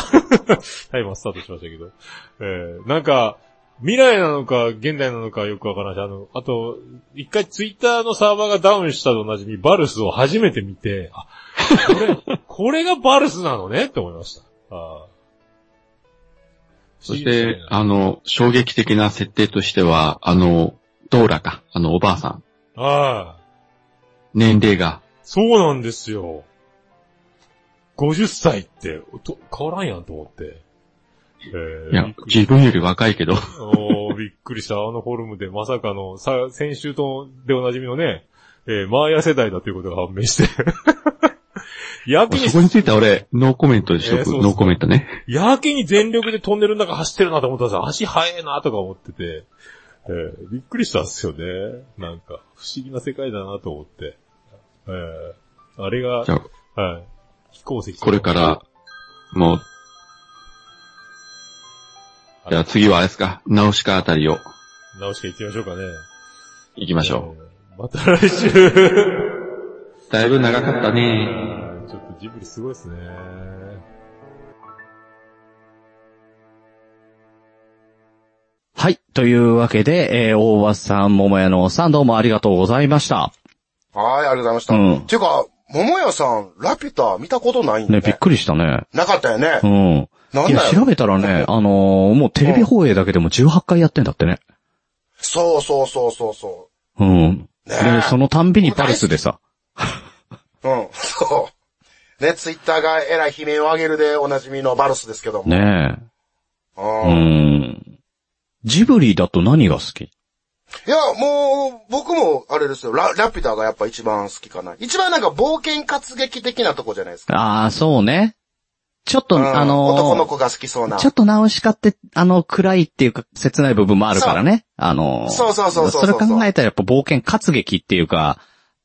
S6: タイマースタートしましたけど。えー、なんか、未来なのか、現代なのかよくわからないし、あの、あと、一回ツイッターのサーバーがダウンしたと同じにバルスを初めて見て、あ、これ、これがバルスなのねって思いました。あー
S7: そし
S6: 不思議
S7: て
S6: ですね、
S7: あの、衝撃的な設定としては、あの、ドーラか、あの、おばあさん。
S6: ああ、
S7: 年齢が。
S6: そうなんですよ。50歳って、と変わらんやんと思って。えー
S7: いや、自分より若いけど。
S6: おー、びっくりした。あのフォルムでまさかの、さ、先週と、でおなじみのね、えー、マーヤ世代だということが判明して。 やけに
S7: そこ、については俺、ノーコメントでしとく、
S6: えーそうそう
S7: ノーコメントね。
S6: やけに全力でトンネルの中走ってるなと思ったんですよ。足速えなとか思ってて、えー、びっくりしたんですよね。なんか、不思議な世界だなと思って。えー、あれが
S7: じ、ゃあ、
S6: はい。飛行石。
S7: これから、もう、じゃあ次はあれですか、ナウシカあたりを
S6: 直しか行ってみましょうかね。
S7: 行きましょ
S6: えーまた来週
S7: う。だいぶ長かったね。
S6: ちょっとジブリすごいですね。
S3: はい。というわけで、えー、大場さん、桃屋のおっさん、どうもありがとうございました。
S4: はい、ありがとうございました。
S3: うん
S4: ていうか、桃屋さん、ラピュタ見たことないん
S3: ね、
S4: で、
S3: び
S4: ね
S3: っ。くりしたね。
S4: なかったよね
S3: う。ん。
S4: ないん
S3: や、
S4: だ
S3: 調
S4: よ。
S3: べたらね、あのーもうテレビ放映だけでも18回やってんだってね。
S4: そうそうそうそうそ
S3: うん。
S4: ね
S3: で、そのたんびにパルスでさ。
S4: う。うん、そう。ね、ツイッターがえらい悲鳴を上げるでおなじみのバルスですけども。
S3: ね
S4: う
S3: え。
S4: ん
S3: う。ん。ジブリだと何が好き
S4: いや、もう、僕も、あれですよ、ラ、ラピュタがやっぱ一番好きかな。一番なんか冒険活劇的なとこじゃないですか。
S3: ああ、そうね。ちょっと、
S4: うん
S3: あのー
S4: 男の子が好きそうな。
S3: ちょっと直しかって、あの、暗いっていうか、切ない部分もあるからね。あのー
S4: そうそうそう
S3: そ
S4: そうそ
S3: れ
S4: う
S3: 考えたらやっぱ冒険活劇っていうか、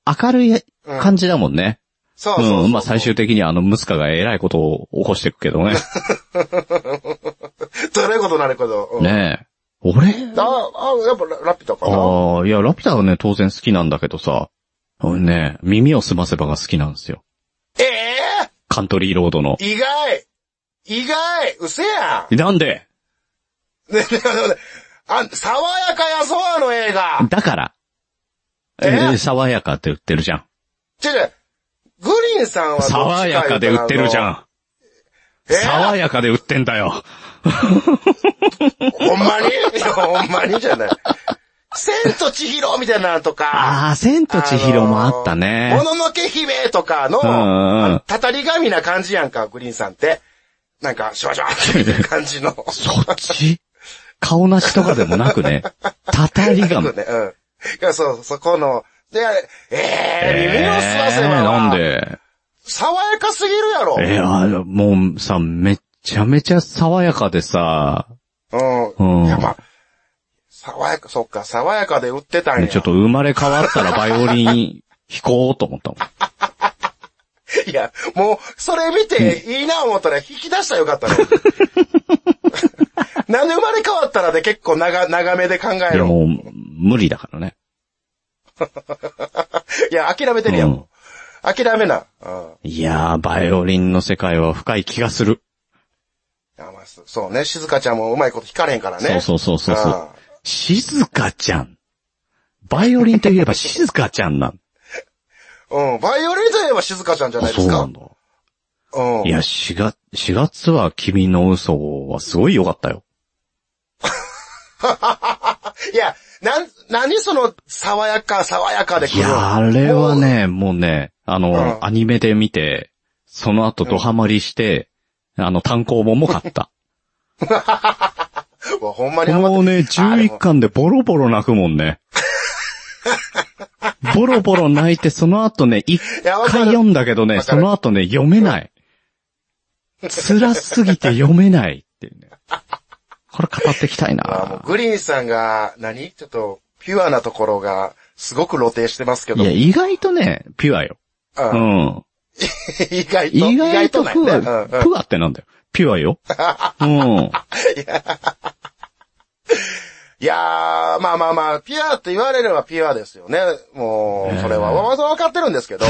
S3: 明るい
S4: うん
S3: 感じだもんね。
S4: そう
S3: う
S4: そうそう。
S3: ん。まあ最終的にはあの、ムスカが偉いことを起こしていくけど ね。
S4: どれことなること。うん、
S3: ねえ。俺
S4: あ、あ、やっぱララピュタかな。
S3: ああ、いや、ラピュタはね、当然好きなんだけどさ、俺ね、耳をすませばが好きなんですよ。
S4: え
S3: カントリーロードの
S4: え。意外意外うせや
S3: なんで
S4: んね ねねねあ、爽やかやぞ、あの映画
S3: だから。
S4: え
S3: えー爽やかって売ってるじゃん。
S4: ちょちょ、グリーンさんはどっちか
S3: 爽やかで売ってるじゃん。
S4: 言うたらあの。
S3: 爽やかで売ってんだよ。
S4: えーほんまにいや、ほんまにじゃない。千と千尋みたいなのとか。
S3: ああ、千と千尋もあったね
S4: も。ののけ姫とかの、
S3: うんうん。
S4: たたり神な感じやんか、グリーンさんって。なんか、シュワシュワっていう感じの。
S3: そっち顔なしとかでもなく ね。たたりが
S4: ね、 うん。いや、そう、そこの、で、ええ耳をすませば、
S3: えーなんで
S4: 爽やかすぎるやろ。
S3: いや、もうさ、めちゃめちゃ爽やかでさ、
S4: うん。
S3: うん
S4: いや、まあ、爽やか、そっか、爽やかで売ってたんや。
S3: ねちょっと生まれ変わったらバイオリン弾こうと思ったもん。
S4: いや、もう、それ見ていいな思ったら引き出したらよ かったの。 なんで生まれ変わったらで結構長、長めで考え
S3: いや
S4: ろ。
S3: もう、無理だからね。
S4: いや、諦めてるやん。
S3: うん
S4: 諦めな。うん。
S3: いやー、バイオリンの世界は深い気がする。
S4: いやまあそそうね、静香ちゃんもうまいこと弾かれへんからね。
S3: そうそうそうそうそう。
S4: ああ
S3: 静かちゃん。バイオリンといえば静かちゃんなん。
S4: うん、バイオリンといえば静香ちゃんじゃ
S3: あ
S4: ないで
S3: そう
S4: す
S3: な
S4: か
S3: ん。だ。
S4: うん。
S3: いや、4月、4月は君の嘘はすごい良かったよ。
S4: いや、なん、何その、爽やか、爽やかで来
S3: い
S4: るの
S3: やー、あれは。ね、もうね、あ
S4: う
S3: の、
S4: ん
S3: アニメで見て、その後ドハマりして、あの、単行本も買った。
S4: もうほんまにあんま
S3: もうね、11巻でボロボロ泣くもんね。 ボロボロ泣いて、その後ね、一
S4: やわ
S3: 回
S4: かる
S3: 読んだけどね、
S4: わか
S3: そ
S4: る
S3: の後ね、読めない。辛すぎて読めないっていうね。これ語っていきたい
S4: あもう
S3: な
S4: グリーンさんが、何ちょっと、ピュアなところが、すごく露呈してますけ
S3: い
S4: ど。
S3: や、意外とね、ピュアよ。
S4: う
S3: うんん。
S4: 意外と、
S3: 意外と
S4: ない
S3: プ
S4: ね。
S3: ア、
S4: うんうん
S3: プアってなんだよ。ピュアよ。うん。
S4: いやー、まあまあまあ、ピュアって言われればピュアですよね。もう、それは、わ わざわかってるんですけど、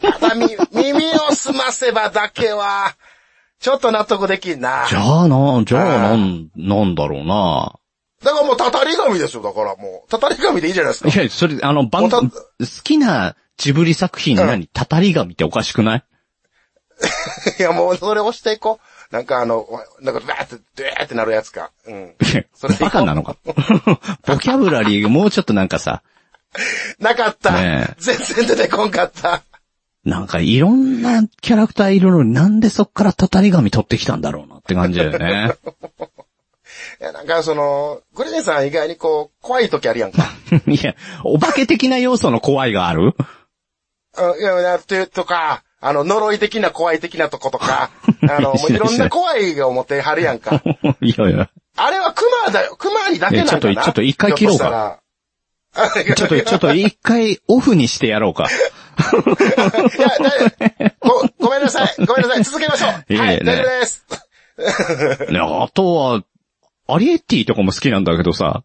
S4: ただみ、耳を澄ませばだけは、ちょっと納得できんな。
S3: じゃあな、じゃあなん、なんだろうな。
S4: だからもう、たたり神ですよ、だからもう。たたり神でいいじゃないですか。
S3: いや、それ、あの、バン
S4: おた
S3: 好きなジブリ作品の何、たたり神っておかしくない
S4: いや、もう、それ押していこう。なんかあの、なんか、バーって、ドゥーってなるやつか。うん。
S3: いや
S4: そ れ
S3: バカな のか。ボキャブラリーがもうちょっとなんかさ、
S4: なかった。
S3: ねえ
S4: 全然出てこんかった。
S3: なんかいろんなキャラクターいるのになんでそっからたたり神取ってきたんだろうなって感じだよ ね。
S4: いや、なんかその、グレーンさん意外にこう、怖い時あるやんか。
S3: いや、お化け的な要素の怖いがある
S4: うん、いや、なっていうとか、あの、呪い的な怖い的なとこ とか、あの、もういろんな怖いが思ってはるやんか。
S3: いやいや。
S4: あれは熊だよ。熊にだけなんだな。
S3: えちょっとちょっと一回切ろうかちょっと、ちょっと一回オフにしてやろうか。
S4: ひょっとしたら。いや、だいご、ごめんなさい。ごめんなさい。続けましょう。
S3: いや
S4: はい
S3: や
S4: い、大丈夫です。
S3: ねあとは、アリエッティとかも好きなんだけどさ。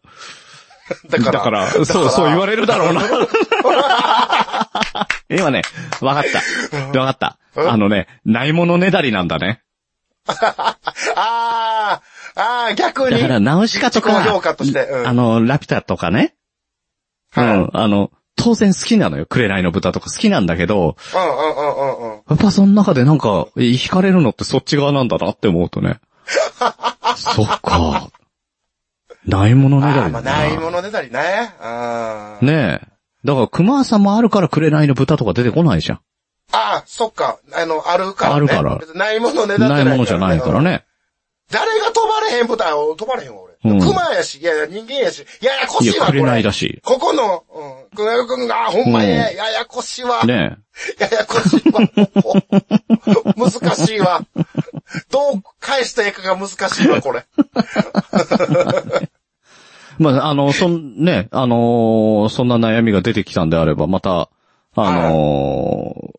S4: だから。
S3: だから、そう、そう言われるだろう な。今ね、わかった。わかった。あのね、ないものねだりなんだね。
S4: あー、あー、逆
S3: だ
S4: に。
S3: から、ナウシカとか
S4: 自己評価としてう、ん
S3: あの、ラピュタとかね。う
S4: はい
S3: ん、あの、当然好きなのよ。紅の豚とか好きなんだけど、
S4: うんうんうんうんうん。
S3: やっぱその中でなんか、惹かれるのってそっち側なんだなって思うと ね。そっか。ないものねだ
S4: あー
S3: り
S4: まあ、
S3: だ
S4: ない
S3: な。
S4: ものねだりね。あー
S3: ねえ。だから、熊さんもあるから、紅の豚とか出てこないじゃん。
S4: あー、そっか。あの、あるから、ね。
S3: あるから
S4: 別にないものねだって
S3: ないものじゃないから。ね。
S4: 誰が飛ばれへん舞台を飛ばれへんわ、俺。
S3: うん
S4: 熊やし、いやいや、人間やし、ややこ
S3: い
S4: しい
S3: や、
S4: わ、こ
S3: くれない
S4: れ。
S3: だし。
S4: ここの、うん、くなくんが、あほんま
S3: う
S4: にね、ややこしいわ。
S3: ね
S4: ややこしいわ。 難しいわ。どう返したらいいかが難しいわ、これ。
S3: え。まあ、あの、そん、ね、あのーそんな悩みが出てきたんであれば、また、あのー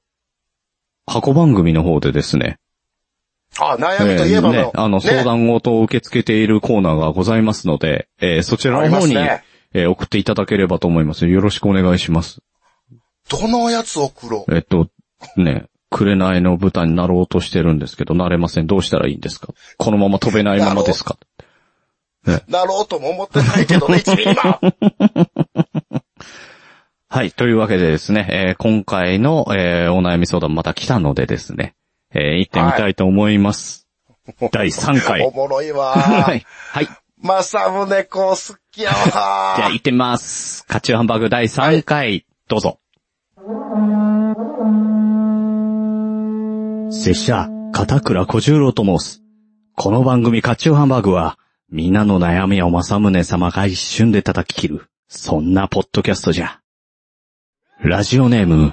S3: 箱番組の方でですね。
S4: あ、悩みといえばの、
S3: ね、あの、相談事を受け付けているコーナーがございますので、えーそちら
S4: あり
S3: の
S4: ま
S3: 方
S4: す
S3: に、
S4: ね
S3: えー送っていただければと思います。よろしくお願いします。
S4: どのやつを送ろう。
S3: えっと、ね、紅の豚になろうとしてるんですけど、なれません。どうしたらいいんですかこのまま飛べないままですか
S4: なろうとも思ってないけ どね、一ミリも。
S3: はい。というわけでですね、えー今回の、えーお悩み相談また来たのでですね、えー行ってみたいと思います。第3回。
S4: おもろいわ。
S3: はい。はい。じ
S4: まさむねこ好きやわ。
S3: ゃあ行ってみます。カチューハンバーグ第3回、どうぞ。拙者、片倉小十郎と申す。この番組カチューハンバーグは、みんなの悩みを正宗様が一瞬で叩き切る、そんなポッドキャストじゃ。ラジオネーム、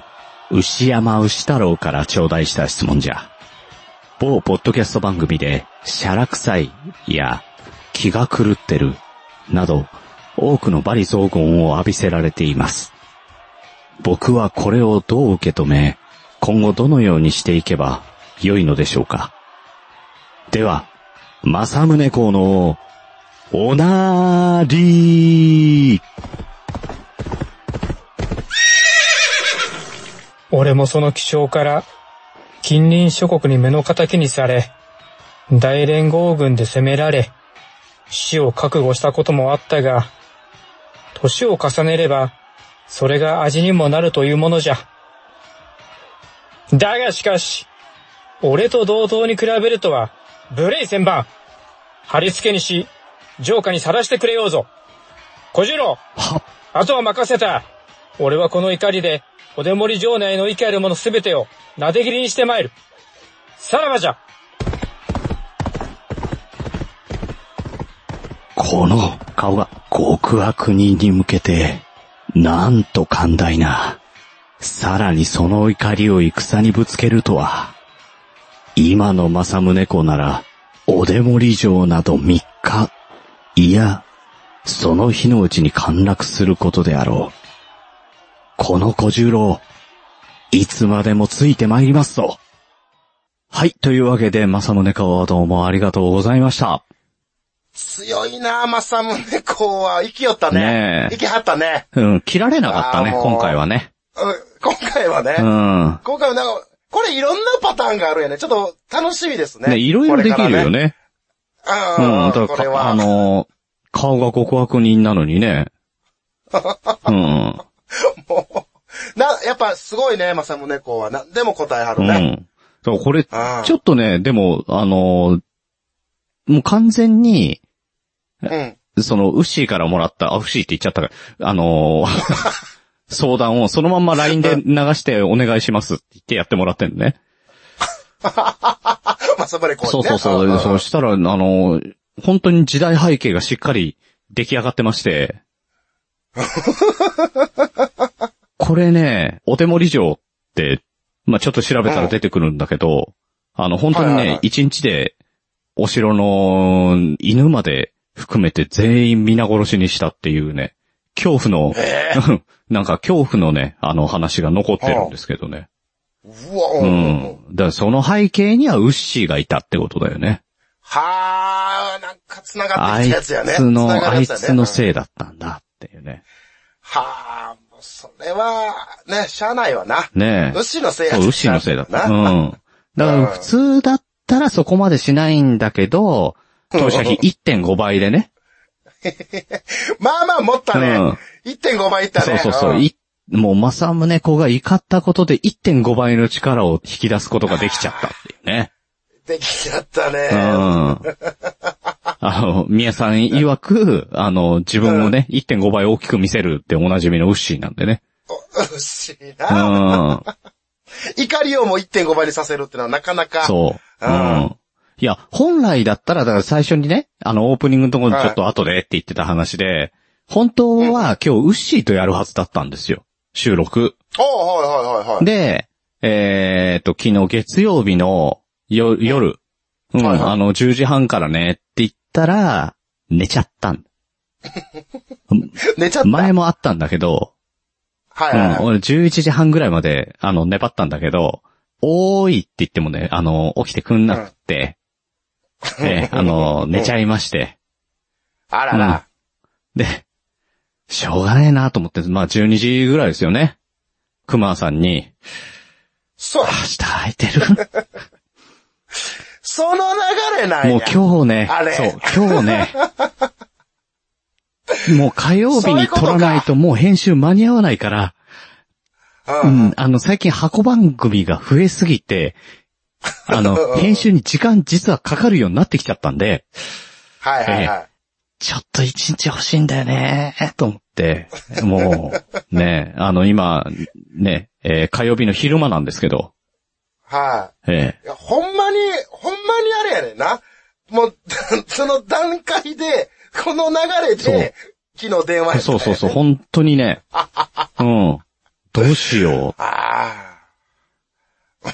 S3: 牛山牛太郎から頂戴した質問じゃ。某ポッドキャスト番組で、シャラ臭いや、気が狂ってる、など、多くのバリ雑言を浴びせられています。僕はこれをどう受け止め、今後どのようにしていけば良いのでしょうか。では、正宗公の、おなーりー
S8: 俺もその気象から、近隣諸国に目の敵にされ、大連合軍で攻められ、死を覚悟したこともあったが、年を重ねれば、それが味にもなるというものじゃ。だがしかし、俺と同等に比べるとは、無礼千番。貼り付けにし、城下にさらしてくれようぞ。小次郎
S3: は、
S8: あとは任せた。俺はこの怒りで、おでもり城内の息あるものすべてを、なで切りにして参る。さらばじゃ
S3: この顔が極悪人に向けて、なんと寛大な。さらにその怒りを戦にぶつけるとは。今の正宗公なら、お出盛り城など3日、いや、その日のうちに陥落することであろう。この小十郎、いつまでもついてまいりますぞ。はい、というわけで、正宗公はどうもありがとうございました。
S4: 強いな、マサムネコは。生きよったね
S3: ね。
S4: 生きはったね。
S3: うん、切られなかった
S4: あ
S3: ね、
S4: ーもう
S3: 今回はね。
S4: うん今回はね。
S3: うん。
S4: 今回はなんか、これいろんなパターンがあるよね。ちょっと楽しみですね。
S3: ね、いろいろできるよね。
S4: これから
S3: う
S4: ね。
S3: ん、
S4: うん、
S3: だ
S4: こ
S3: か
S4: れ
S3: ら、
S4: は。
S3: あの、顔が極悪人なのに ね。うん。
S4: もう、 な、やっぱすごいね、まさむねこは。なんでも答えは
S3: う
S4: る
S3: ん。
S4: ね。
S3: だからこれ、ち
S4: ああ
S3: ょっとね、でも、あの、もう完全に、
S4: うん。
S3: その、ウッシーからもらった、あ、ウッシーって言っちゃったから、あの ー相談をそのまんま LINE で流してお願いしますって言ってやってもらってんのね。
S4: あ、まさむねこ
S3: そう
S4: ね。
S3: そうそ
S4: ん
S3: う。
S4: ん
S3: そうしたら、あのー本当に時代背景がしっかり出来上がってま して。これね、お手盛り城って、まあ、ちょっと調べたら出てくるんだけど、あの、本当に
S4: はいはいは
S3: ね
S4: い、
S3: 一、日で、お城の犬まで含めて全員皆殺しにしたっていうね、恐怖の、 なんか恐怖のね、あの話が残ってるんですけどね。
S4: う
S3: う
S4: わ、うんうんうん
S3: ん。だからその背景にはウッシーがいたってことだよね。
S4: はあ、なんか繋がっ
S3: あ
S4: てき
S3: い
S4: たやつやね。
S3: つの、
S4: 繋がる
S3: あ
S4: や
S3: い
S4: つやね
S3: つのせいだったんだっていうね。
S4: はあ、もうそれは、ね、しゃあないわな。
S3: ねえ。
S4: 牛のせいや
S3: そう、ウッシーのせいだった。う
S4: な。
S3: ん。だから普通だったらそこまでしないんだけど、投資費1.5倍でね。
S4: まあまあ持ったね。
S3: うん
S4: 1.5倍いった
S3: そう
S4: ね。
S3: そうそう。いもう、正宗子が怒ったことで1.5倍の力を引き出すことができちゃったっていうね。
S4: うんできちゃったね。
S3: うん。あの、宮さん曰く、あの、自分をね、1.5倍大きく見せるっておなじみのウッシーなんでね。
S4: 牛
S3: う
S4: な。
S3: ん。
S4: 怒りをもう1.5倍にさせるってのはなかなか。
S3: そう。う
S4: うん
S3: ん。いや、本来だったら、だから最初にね、あの、オープニングのところでちょっと後でって言ってた話で、本当は今日、ウッシーとやるはずだったんですよ。収録。
S4: おうはいはいはいはい。
S3: で、えーっと、昨日月曜日のよ夜、うん、
S4: はいはい
S3: あの、10時半からねって言ったら、寝ちゃったん。
S4: 寝ちゃった。
S3: 前もあったんだけど、
S4: はいはいは
S3: うん、
S4: い。
S3: 俺11時半ぐらいまで、あの、粘ったんだけど、おーいって言ってもね、あの、起きてくんなくって、えーあの、寝ちゃいまして、
S4: あらら。
S3: で、しょうがねえなと思って、まあ、12時ぐらいですよね。熊さんに、
S4: そう。
S3: 明日空いてる
S4: その流れなんや。
S3: もう今日ね
S4: あれ、
S3: そう、今日 ね、もう火曜日に撮らないともう編集間に合わないから、
S4: う。
S3: うんん、あの、最近箱番組が増えすぎ て、あの、編集に時間実はかかるようになってきちゃったんで、
S4: はいはいはい。
S3: ちょっと一日欲しいんだよねと思って、もう、ね、あの、今、ね、えー火曜日の昼間なんですけど、
S4: はい。
S3: え
S4: いや、ほんまに、ほんまにあれやねんな。もう、 その段階で、この流れで、昨日電話
S3: ー
S4: やった
S3: そ
S4: ん
S3: う
S4: や
S3: そうそう、本当にね、うん、どうしよ
S4: あ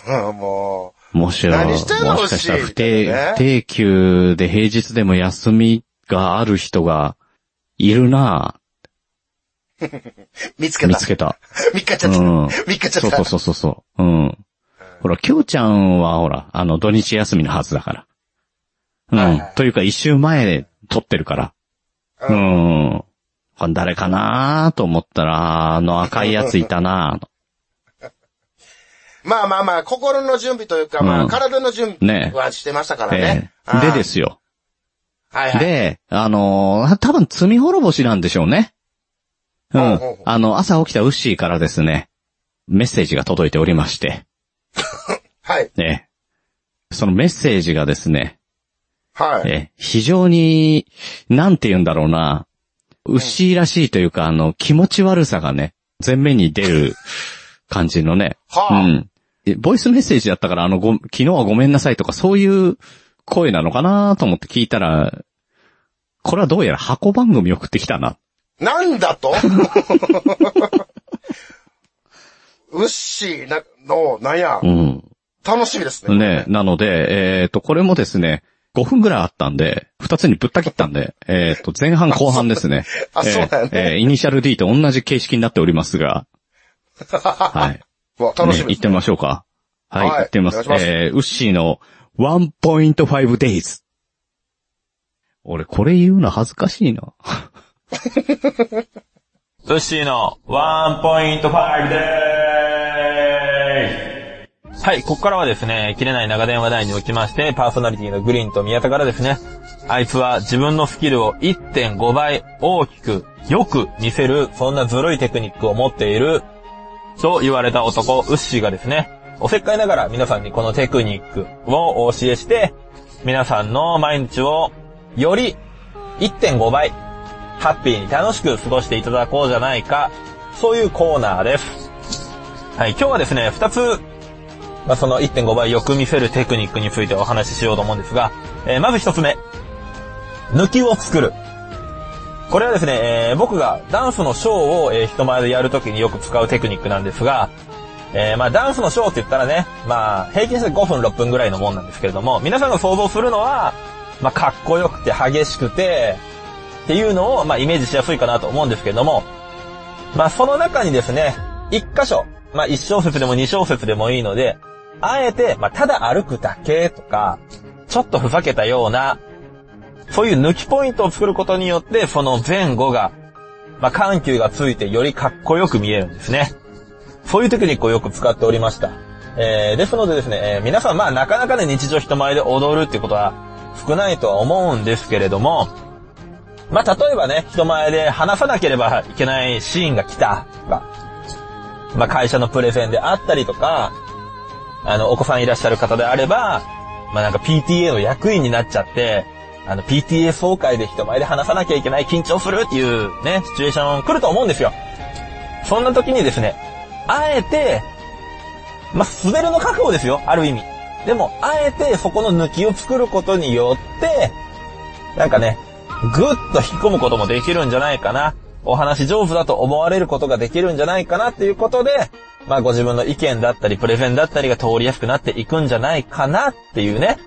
S4: あ。も
S3: う、もしろ、も
S4: 何してんの
S3: しかしたら
S4: 欲しい
S3: 不定、
S4: ね
S3: 不定休で平日でも休みがある人がいるな
S4: う、見つけ
S3: ぁ、見
S4: た。
S3: つけた。
S4: 見っかち
S3: う
S4: ゃった。見
S3: ん。
S4: っかちゃ
S3: そ
S4: っ
S3: うそう
S4: た。
S3: そうそうそう。うん。ほら、きょうちゃんはほら、あの、土日休みのはずだから。
S4: は
S3: う
S4: い
S3: ん
S4: はい。
S3: というか、一週前で撮ってるから。
S4: う
S3: うん。これ誰かなと思ったら、あの赤いやついた なぁ
S4: まあまあまあ、心の準備というか、ま
S3: う
S4: あ、
S3: ん
S4: 体の準備はしてましたから
S3: え
S4: ね。。
S3: えでですすよ。
S4: はいはい。
S3: で、あのー多分罪滅ぼしなんでしょうね。う
S4: ほうんほうほう。
S3: あの、朝起きたウッシーからですね、メッセージが届いておりまして、
S4: はい。
S3: ね、そのメッセージがですね、
S4: はい。
S3: え、非常に、なんて言うんだろうな、ウッシーらしいというか、あの、気持ち悪さがね、前面に出る感じのね、う
S4: は あ。
S3: ん。えボイスメッセージだったから、あの、ご、昨日はごめんなさいとか、そういう声なのかなと思って聞いたら、これはどうやら箱番組送ってきたな。
S4: なんだ とうっしーな、の、なんや
S3: う。ん。
S4: 楽しみですね。
S3: ね、なので、えっ、と、これもですね、5分ぐらいあったんで、2つにぶった切ったんで、えっ、と、前半後半ですね。
S4: あ、そうだよ
S3: えー
S4: ね。
S3: えーイニシャル D と同じ形式になっております が、はい。
S4: うわ楽し
S3: ね行
S4: みで
S3: っ
S4: す
S3: てみましょうか。はい、
S4: はい
S3: 行ってみます。
S4: お願いします
S3: えー、ウッシーの 1.5days。俺、これ言うの恥ずかしいな。
S9: トッシーの1.5でーす。はい、ここからはですね、切れない長電話題におきまして、パーソナリティのグリーンと宮田からですね、あいつは自分のスキルを1.5倍大きく、よく見せる、そんなずるいテクニックを持っている、と言われた男、ウッシーがですね、おせっかいながら皆さんにこのテクニックをお教えして、皆さんの毎日をより1.5倍、ハッピーに楽しく過ごしていただこうじゃないか、そういうコーナーです。はい、今日はですね、2つまあ、その1.5倍よく見せるテクニックについてお話ししようと思うんですが、えーまず一つ目。抜きを作る。これはですね、えー僕がダンスのショーを、えー人前でやるときによく使うテクニックなんですが、えーまあダンスのショーって言ったらね、まあ平均して5分6分ぐらいのもんなんですけれども、皆さんが想像するのは、まあかっこよくて激しくて、っていうのを、まあイメージしやすいかなと思うんですけれども、まあその中にですね、一箇所、まあ一小節でも二小節でもいいので、あえて、まあただ歩くだけとか、ちょっとふざけたような、そういう抜きポイントを作ることによって、その前後が、まあ緩急がついてよりかっこよく見えるんですね。そういうテクニックをよく使っておりました。えー、ですのでですね、えー皆さんまあなかなかね日常人前で踊るってことは少ないとは思うんですけれども、まあ例えばね、人前で話さなければいけないシーンが来たとか、まあ会社のプレゼンであったりとか、あの、お子さんいらっしゃる方であれば、まあなんか PTA の役員になっちゃって、あの PTA 総会で人前で話さなきゃいけない緊張するっていうね、シチュエーション来ると思うんですよ。そんな時にですね、あえて、まあ、滑るの覚悟ですよ、ある意味。でも、あえてそこの抜きを作ることによって、なんかね、ぐっと引き込むこともできるんじゃないかな。お話上手だと思われることができるんじゃないかなっていうことで、まあご自分の意見だったり、プレゼンだったりが通りやすくなっていくんじゃないかなっていうね。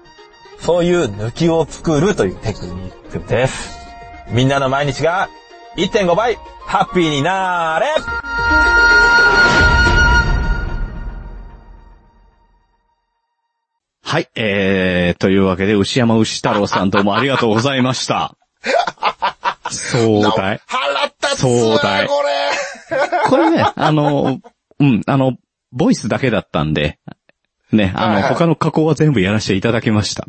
S9: そういう抜きを作るというテクニックです。みんなの毎日が1.5倍ハッピーになーれ
S3: はい、えー、というわけで、牛山牛太郎さんどうもありがとうございま した。壮大。
S4: 腹立つ
S3: 壮
S4: わ
S3: 大
S4: これ。
S3: これね、あの、うん、あの、ボイスだけだったんで、ね、あの、
S4: はいはい
S3: 他の加工は全部やらせていただきました。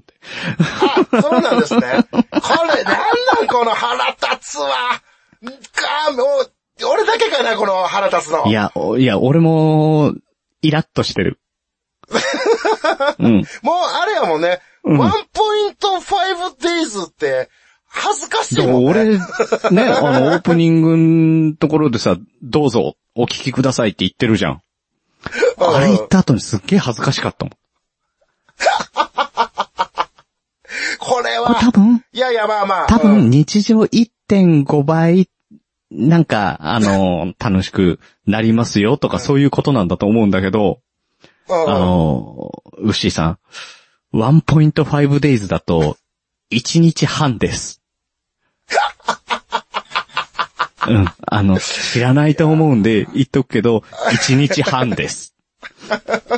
S4: あ、そうなん ですね。これ、なんなんこの腹立つわ。んか、もう、俺だけかな、この腹立つの。
S3: いや、おいや、俺も、イラッとして る。うん。
S4: もう、あれやもんね。
S3: うん
S4: ワンポイントファイブデイズって、恥ずかし
S3: で
S4: いも
S3: も
S4: んね。
S3: 俺、ね、あの、オープニングのところでさ、どうぞ、お聞きくださいって言ってるじゃん。
S4: うん
S3: あれ言った後にすっげえ恥ずかしかったもん。
S4: こ
S3: こ
S4: れ
S3: れ多
S4: は、
S3: 分、
S4: いやいや、まあまあ。
S3: 多
S4: うん
S3: 分日常1.5倍、なんか、あの、楽しくなりますよとかそういうことなんだと思うんだけど、
S4: うん
S3: あの、ウッシーさん、1.5 days だと、1日半です。 うん、あの、知らないと思うんで言っとくけど、1日半です。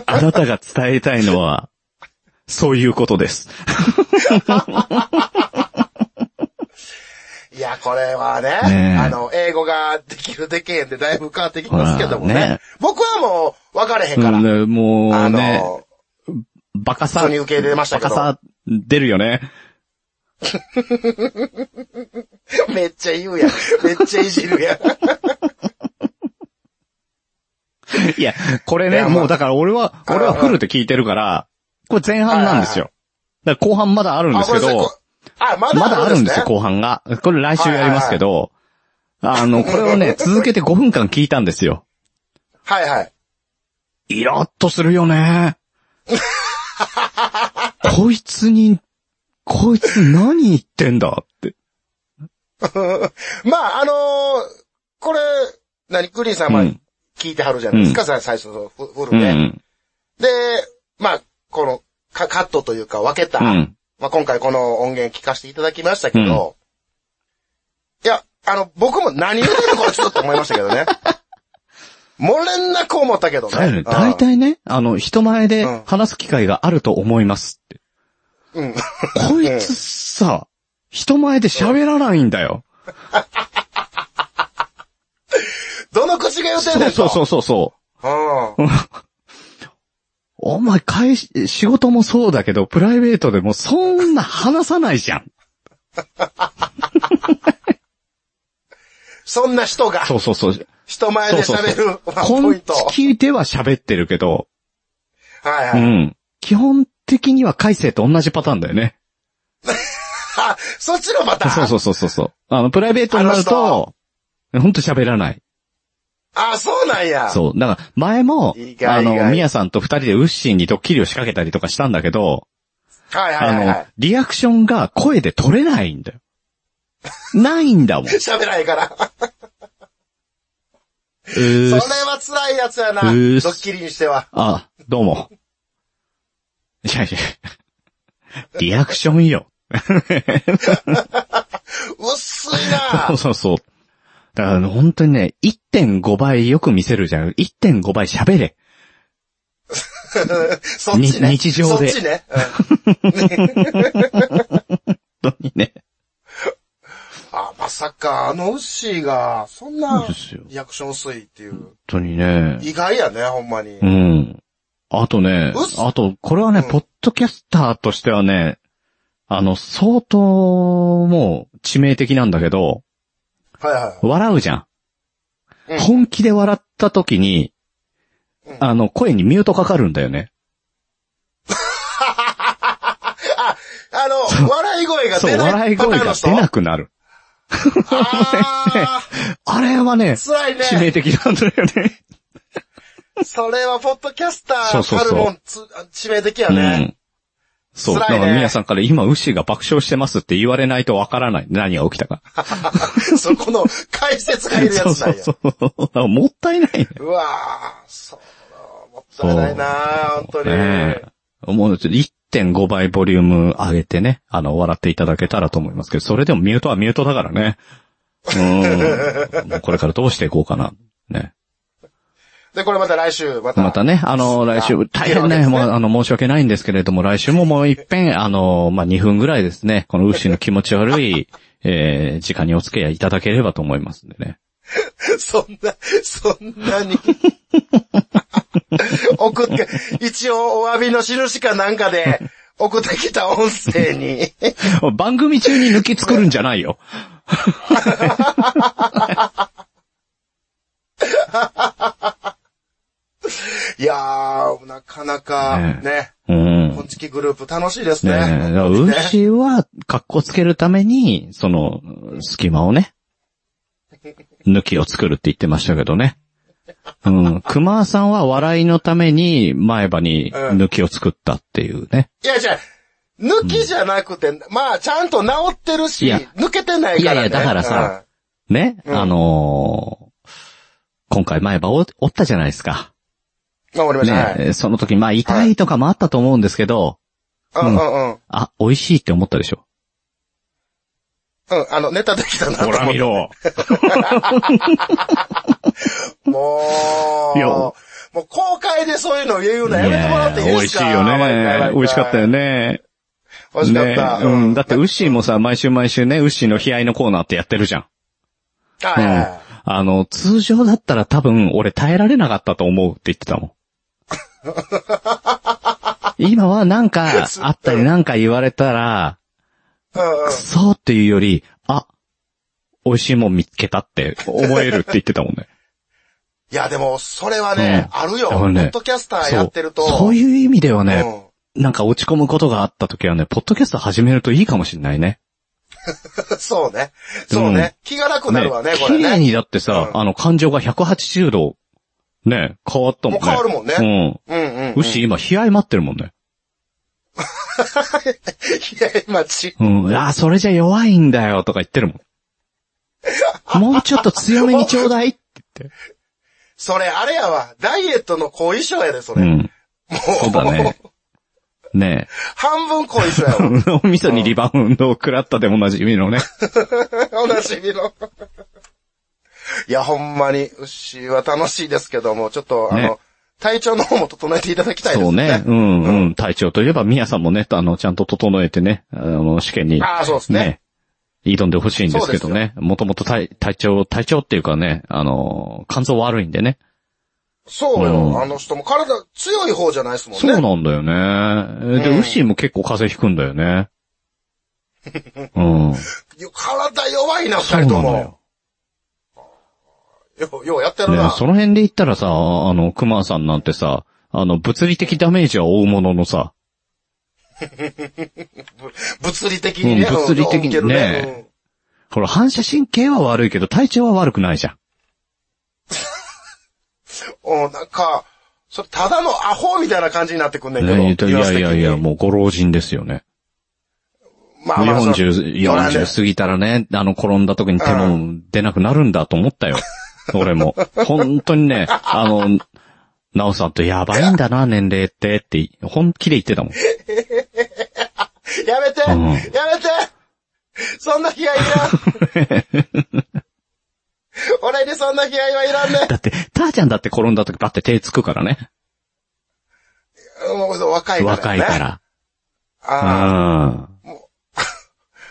S3: あなたが伝えたいのは、そういうことです。
S4: いや、これはね、
S3: ねえ
S4: あの、英語ができるできへんってだいぶ変わってきますけどもね。
S3: ほらね
S4: 僕はもう、分かれへん
S3: う
S4: から。
S3: ん、も
S4: あ
S3: う
S4: の、
S3: ね、バカさ、
S4: 普通に受け入れましたけど
S3: バカさ、出るよね。
S4: めっちゃ言うやん。めっちゃいじ るやん。
S3: いや、これ
S4: い
S3: ね、
S4: やまあ
S3: もうだから俺は、
S4: うん
S3: 俺はフルで聞いてるから、これ前半なんですよ。だから後半まだあるんですけ
S4: あ
S3: ど、
S4: ごめんなさいこあ、ま
S3: ま
S4: だ
S3: だ
S4: あ
S3: あ
S4: る
S3: る
S4: ん
S3: ん
S4: で
S3: ですす
S4: ね
S3: よ、。後半が。これ来週やりますけど、あの、これを ね、続けて5分間聞いたんですよ。
S4: はいはい。
S3: イラッとするよ ね。こいつに、こいつ何言ってんだって。
S4: まあ、あのーこれ、何、グリーンさんは
S3: うん
S4: 聞いてはるじゃないですか、さ最初のフフル
S3: う
S4: で、
S3: ん。
S4: で、まあ、このカ、カットというか分けた、
S3: うん。
S4: まあ、今回この音源聞かせていただきましたけど、いや、あの、僕も何言うてるのこいつって思いましたけ どね。もれんなく思ったけどね。
S3: だよね。
S4: うん
S3: 大体ね、あの、人前で
S4: うん
S3: 話す機会があると思いますって。
S4: うん。
S3: こいつさ、人前で喋らないんだよ。
S4: どの口が言うてん
S3: そ
S4: ね
S3: うん
S4: と。
S3: そうそうそう。
S4: うん。
S3: お前会し、仕事もそうだけど、プライベートでもそんな話さないじゃん。
S4: そんな人が、
S3: そうそうそう。
S4: 人前で喋るワン
S3: こ
S4: ポ
S3: ん
S4: イント。は
S3: 聞いては喋ってるけど、
S4: いうはい。
S3: ん。基本的には改正と同じパターンだよね。
S4: あ、そっちのパターン。
S3: そうそうそうそうそう。あの、プライベートになると、ほんと喋らない。
S4: あ、そうなんや。
S3: そう。だから、前も
S4: 意、
S3: あ
S4: 外意
S3: の、
S4: 外
S3: ミヤさんと二人でウッシーにドッキリを仕掛けたりとかしたんだけど、
S4: はいは
S3: あ
S4: いはいは
S3: の、リアクションが声で取れないんだよ。 ないん だもん。
S4: い。喋らへんから。
S3: うー
S4: それ
S3: っ
S4: は辛いやつやな。ド
S3: うーす
S4: ッキリにしては。
S3: あ、どうも。いやいや。 リアクションよ。
S4: 薄 い
S3: そう
S4: な。
S3: そうそう。だからね本当にね、1.5倍よく見せるじゃん。1.5倍喋れ。
S4: そっち
S3: に
S4: ね。
S3: 日常で
S4: そっちね。うん
S3: 本当にね。
S4: あ、まさか、あのウッシーが、そんな
S3: そうですよ、
S4: リアクション薄いっていう。
S3: 本当にね。
S4: 意外やね、ほんまに。
S3: うん。あとね
S4: うっ、す
S3: あと、これはね、
S4: うん
S3: ポッドキャスターとしてはね、あの、相当、もう、致命的なんだけど、
S4: はいは
S3: 笑うじゃん。
S4: うん
S3: 本気で笑った時に、
S4: うん
S3: あの、声にミュートかかるんだよね。
S4: い。あの、笑い声が
S3: そう、
S4: 出な
S3: 笑
S4: い
S3: い
S4: パタ
S3: 声
S4: ーンの
S3: が
S4: 人。
S3: 出なくなる。
S4: あー
S3: あれはね、
S4: 辛 い
S3: 致命
S4: ね。
S3: 的なんだよね。
S4: それは、ポッドキャスタ
S3: そうそ
S4: ー
S3: う
S4: た
S3: そう
S4: るもん、つ致命的や
S3: う
S4: ね。
S3: ん。そう、だ
S4: 辛い
S3: か
S4: ね
S3: ら、みやさんから今、ウシが爆笑してますって言われないとわからない。何が起きたか。
S4: そこの解説がいるや
S3: そう
S4: つ
S3: そ
S4: な
S3: うんそ。
S4: や
S3: う。だからもったいないね。
S4: うわぁ、そうもったいないなぁ、本当に。
S3: ねえ。もう1.5倍ボリューム上げてね、あの、笑っていただけたらと思いますけど、それでもミュートはミュートだからね。うん。も うこれからどうしていこうかな。ね。
S4: で、これまた来週、また。
S3: またね、あの、来週、大変ね、もう、あの、申し訳ないんですけれども、来週ももう一遍、あの、まあ、2分ぐらいですね、この牛の気持ち悪い、えー、時間にお付き合いいただければと思いますんで ね。
S4: そんな、そんなに。 送って、一応お詫びの印かなんか で送ってきた音声に。
S3: 番組中に抜き作るんじゃないよ。
S4: いやー、なかなかね、
S3: うん。
S4: こんちきグループ楽しいです
S3: ね
S4: ね。
S3: え、だから
S4: 本当にね
S3: 牛は、格好つけるために、その、隙間をね、抜きを作るって言ってましたけどね。うん。熊さんは笑いのために、前歯に抜きを作ったっていうね。
S4: いや、じゃあ抜きじゃなくて、まあ、ちゃんと治ってるし、
S3: いや
S4: 抜けてないから、ね。
S3: いやいやだからさね、
S4: うん
S3: あのー今回前歯を折ったじゃないですか。
S4: うん。わかりました。はい
S3: ね、その時、まあ痛いとかもあったと思うんですけど、
S4: うんうんうん。うん、
S3: あ、美味しいって思ったでしょ。
S4: あの、ネタできたなと
S3: ほ
S4: 思って
S3: ら見ろ。
S4: もう、
S3: いや
S4: もう公開でそういうの言うのやめてもらってい
S3: ねえ
S4: い
S3: 美
S4: で
S3: 味
S4: す
S3: し
S4: か
S3: いよね。美味しかったよ
S4: ね。
S3: ね。
S4: 美味しかった。
S3: ねうん。だって、ウッシーもさ、毎週毎週ね、ウッシーの悲哀のコーナーってやってるじゃん。
S4: はいはいはい
S3: あの、通常だったら多分、俺耐えられなかったと思うって言ってた もん。今はなんか、あったりなんか言われたら、
S4: うんうん
S3: くそーっていうより、あ、美味しいもん見つけたって思えるって言ってたもんね。
S4: いや、でも、それはね、あるよ。
S3: だ
S4: ポ
S3: からね
S4: ッドキャスターやってると。
S3: そうそういう意味では
S4: う
S3: ね、
S4: ん
S3: なんか落ち込むことがあった時はね、ポッドキャスト始めるといいかもしんないね。
S4: そうね。そうね。気が楽になるわね、これ
S3: 綺麗
S4: ね。
S3: にだってさ、
S4: うん
S3: あの、感情が180度、ね、変わったもんね。
S4: もう変わるもんね
S3: ね。
S4: うんうん、
S3: うん。牛今、悲哀待ってるもんね。
S4: いや、今、ち、
S3: うん。あー、それじゃ弱いんだよ、とか言って るもん。もうちょっと強めにちょうだいって言って。
S4: それ、あれやわ。ダイエットの後遺症やで、そうれ。
S3: ん。
S4: も
S3: そうだね。 ね
S4: 半分後遺症や
S3: え。
S4: わ。
S3: お味噌にリバウンドを食らったでおなじみのね。
S4: おなじみの。いや、ほんまに、牛は楽しいですけども、ちょっと、あの、
S3: ね
S4: 体調の方も整えていただきたいで
S3: そ
S4: す
S3: う
S4: ね。
S3: ね。うん、うん。体調といえば、ミヤさんもね、あの、ちゃんと整えてね、あの、試験に
S4: ああ、そうですね。
S3: ね、挑んでほしいんですけどね。もともと体、体調、体調っていうかね、あのー、肝臓悪いんでね。
S4: そう
S3: うん
S4: よ、あの人も体強い方じゃないですもんね。
S3: そうなんだよね。で、
S4: うん
S3: ウッシーも結構風邪ひくんだよね。 うん。
S4: よ体弱いな、二
S3: そう
S4: 人
S3: なの
S4: とも
S3: よ。。
S4: よ、ようやってる
S3: ね
S4: な。
S3: その辺で言ったらさ、あの、クマさんなんてさ、あの、物理的ダメージは負うもののさ、
S4: 物理的にね。
S3: うん物理的にね
S4: うん受ける
S3: ほら、反射神経は悪いけど、体調は悪くないじゃん。
S4: うんうんなんか、それただのアホみたいな感じになってくんねんけど。
S3: ね、い
S4: 言わ
S3: や
S4: せ
S3: い
S4: て
S3: やいや、もうご老人ですよね。
S4: まあまあ、それ
S3: 40、40過ぎたらね、あの、転んだ時に手も出なくなるんだと思った よ。俺も。本当にね、あの、なおさんとやばいんだな、年齢って、って、本気で言ってたもん。
S4: やめて、
S3: うん
S4: やめてそんな気合いらん。 俺にそんな気合いはいらんね。
S3: だって、ターちゃんだって転んだ時バッて手つくからね。
S4: もう若いから、ね。
S3: 若いか
S4: あ
S3: ら。
S4: あ。
S3: うん。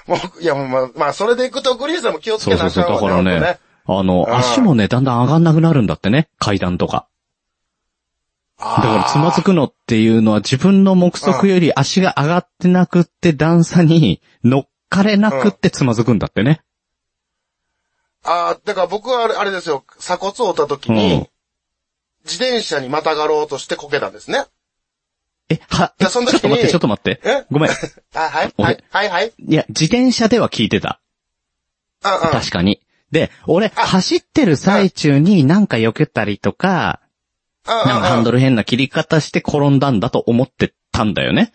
S4: もう、いや、もう、まあ、それで行くとグリーンさんも気をつけ
S3: そう
S4: な
S3: そう
S4: あ
S3: そう、
S4: かん
S3: だ
S4: わ
S3: からね。、あの、
S4: うん
S3: 足もね、だんだん上がんなくなるんだってね、階段とか。だ
S4: 本当ね
S3: からつまずくのっていうのは自分の目測より足が上がってなくって段差に乗っかれなくってつまずくんだってね。
S4: ああ、だから僕はあれあれですよ、鎖骨を折った時
S3: う
S4: に
S3: ん、
S4: 自転車にまたがろうとしてこけたんですね。
S3: え、は、
S4: い
S3: え
S4: や
S3: ち
S4: そ
S3: ょっ
S4: の時
S3: と
S4: に
S3: 待って、ちょっと待って
S4: え。
S3: ごめん。
S4: あ、はい、
S3: 俺
S4: はい、はい、はい。
S3: いや、自転車では聞いてた。
S4: うんうん。
S3: 確かに。で、俺、走ってる最中になんか避けたりとか、なんかハン
S4: うんうんうん。
S3: ドル変な切り方して転んだんだと思ってたんだよね。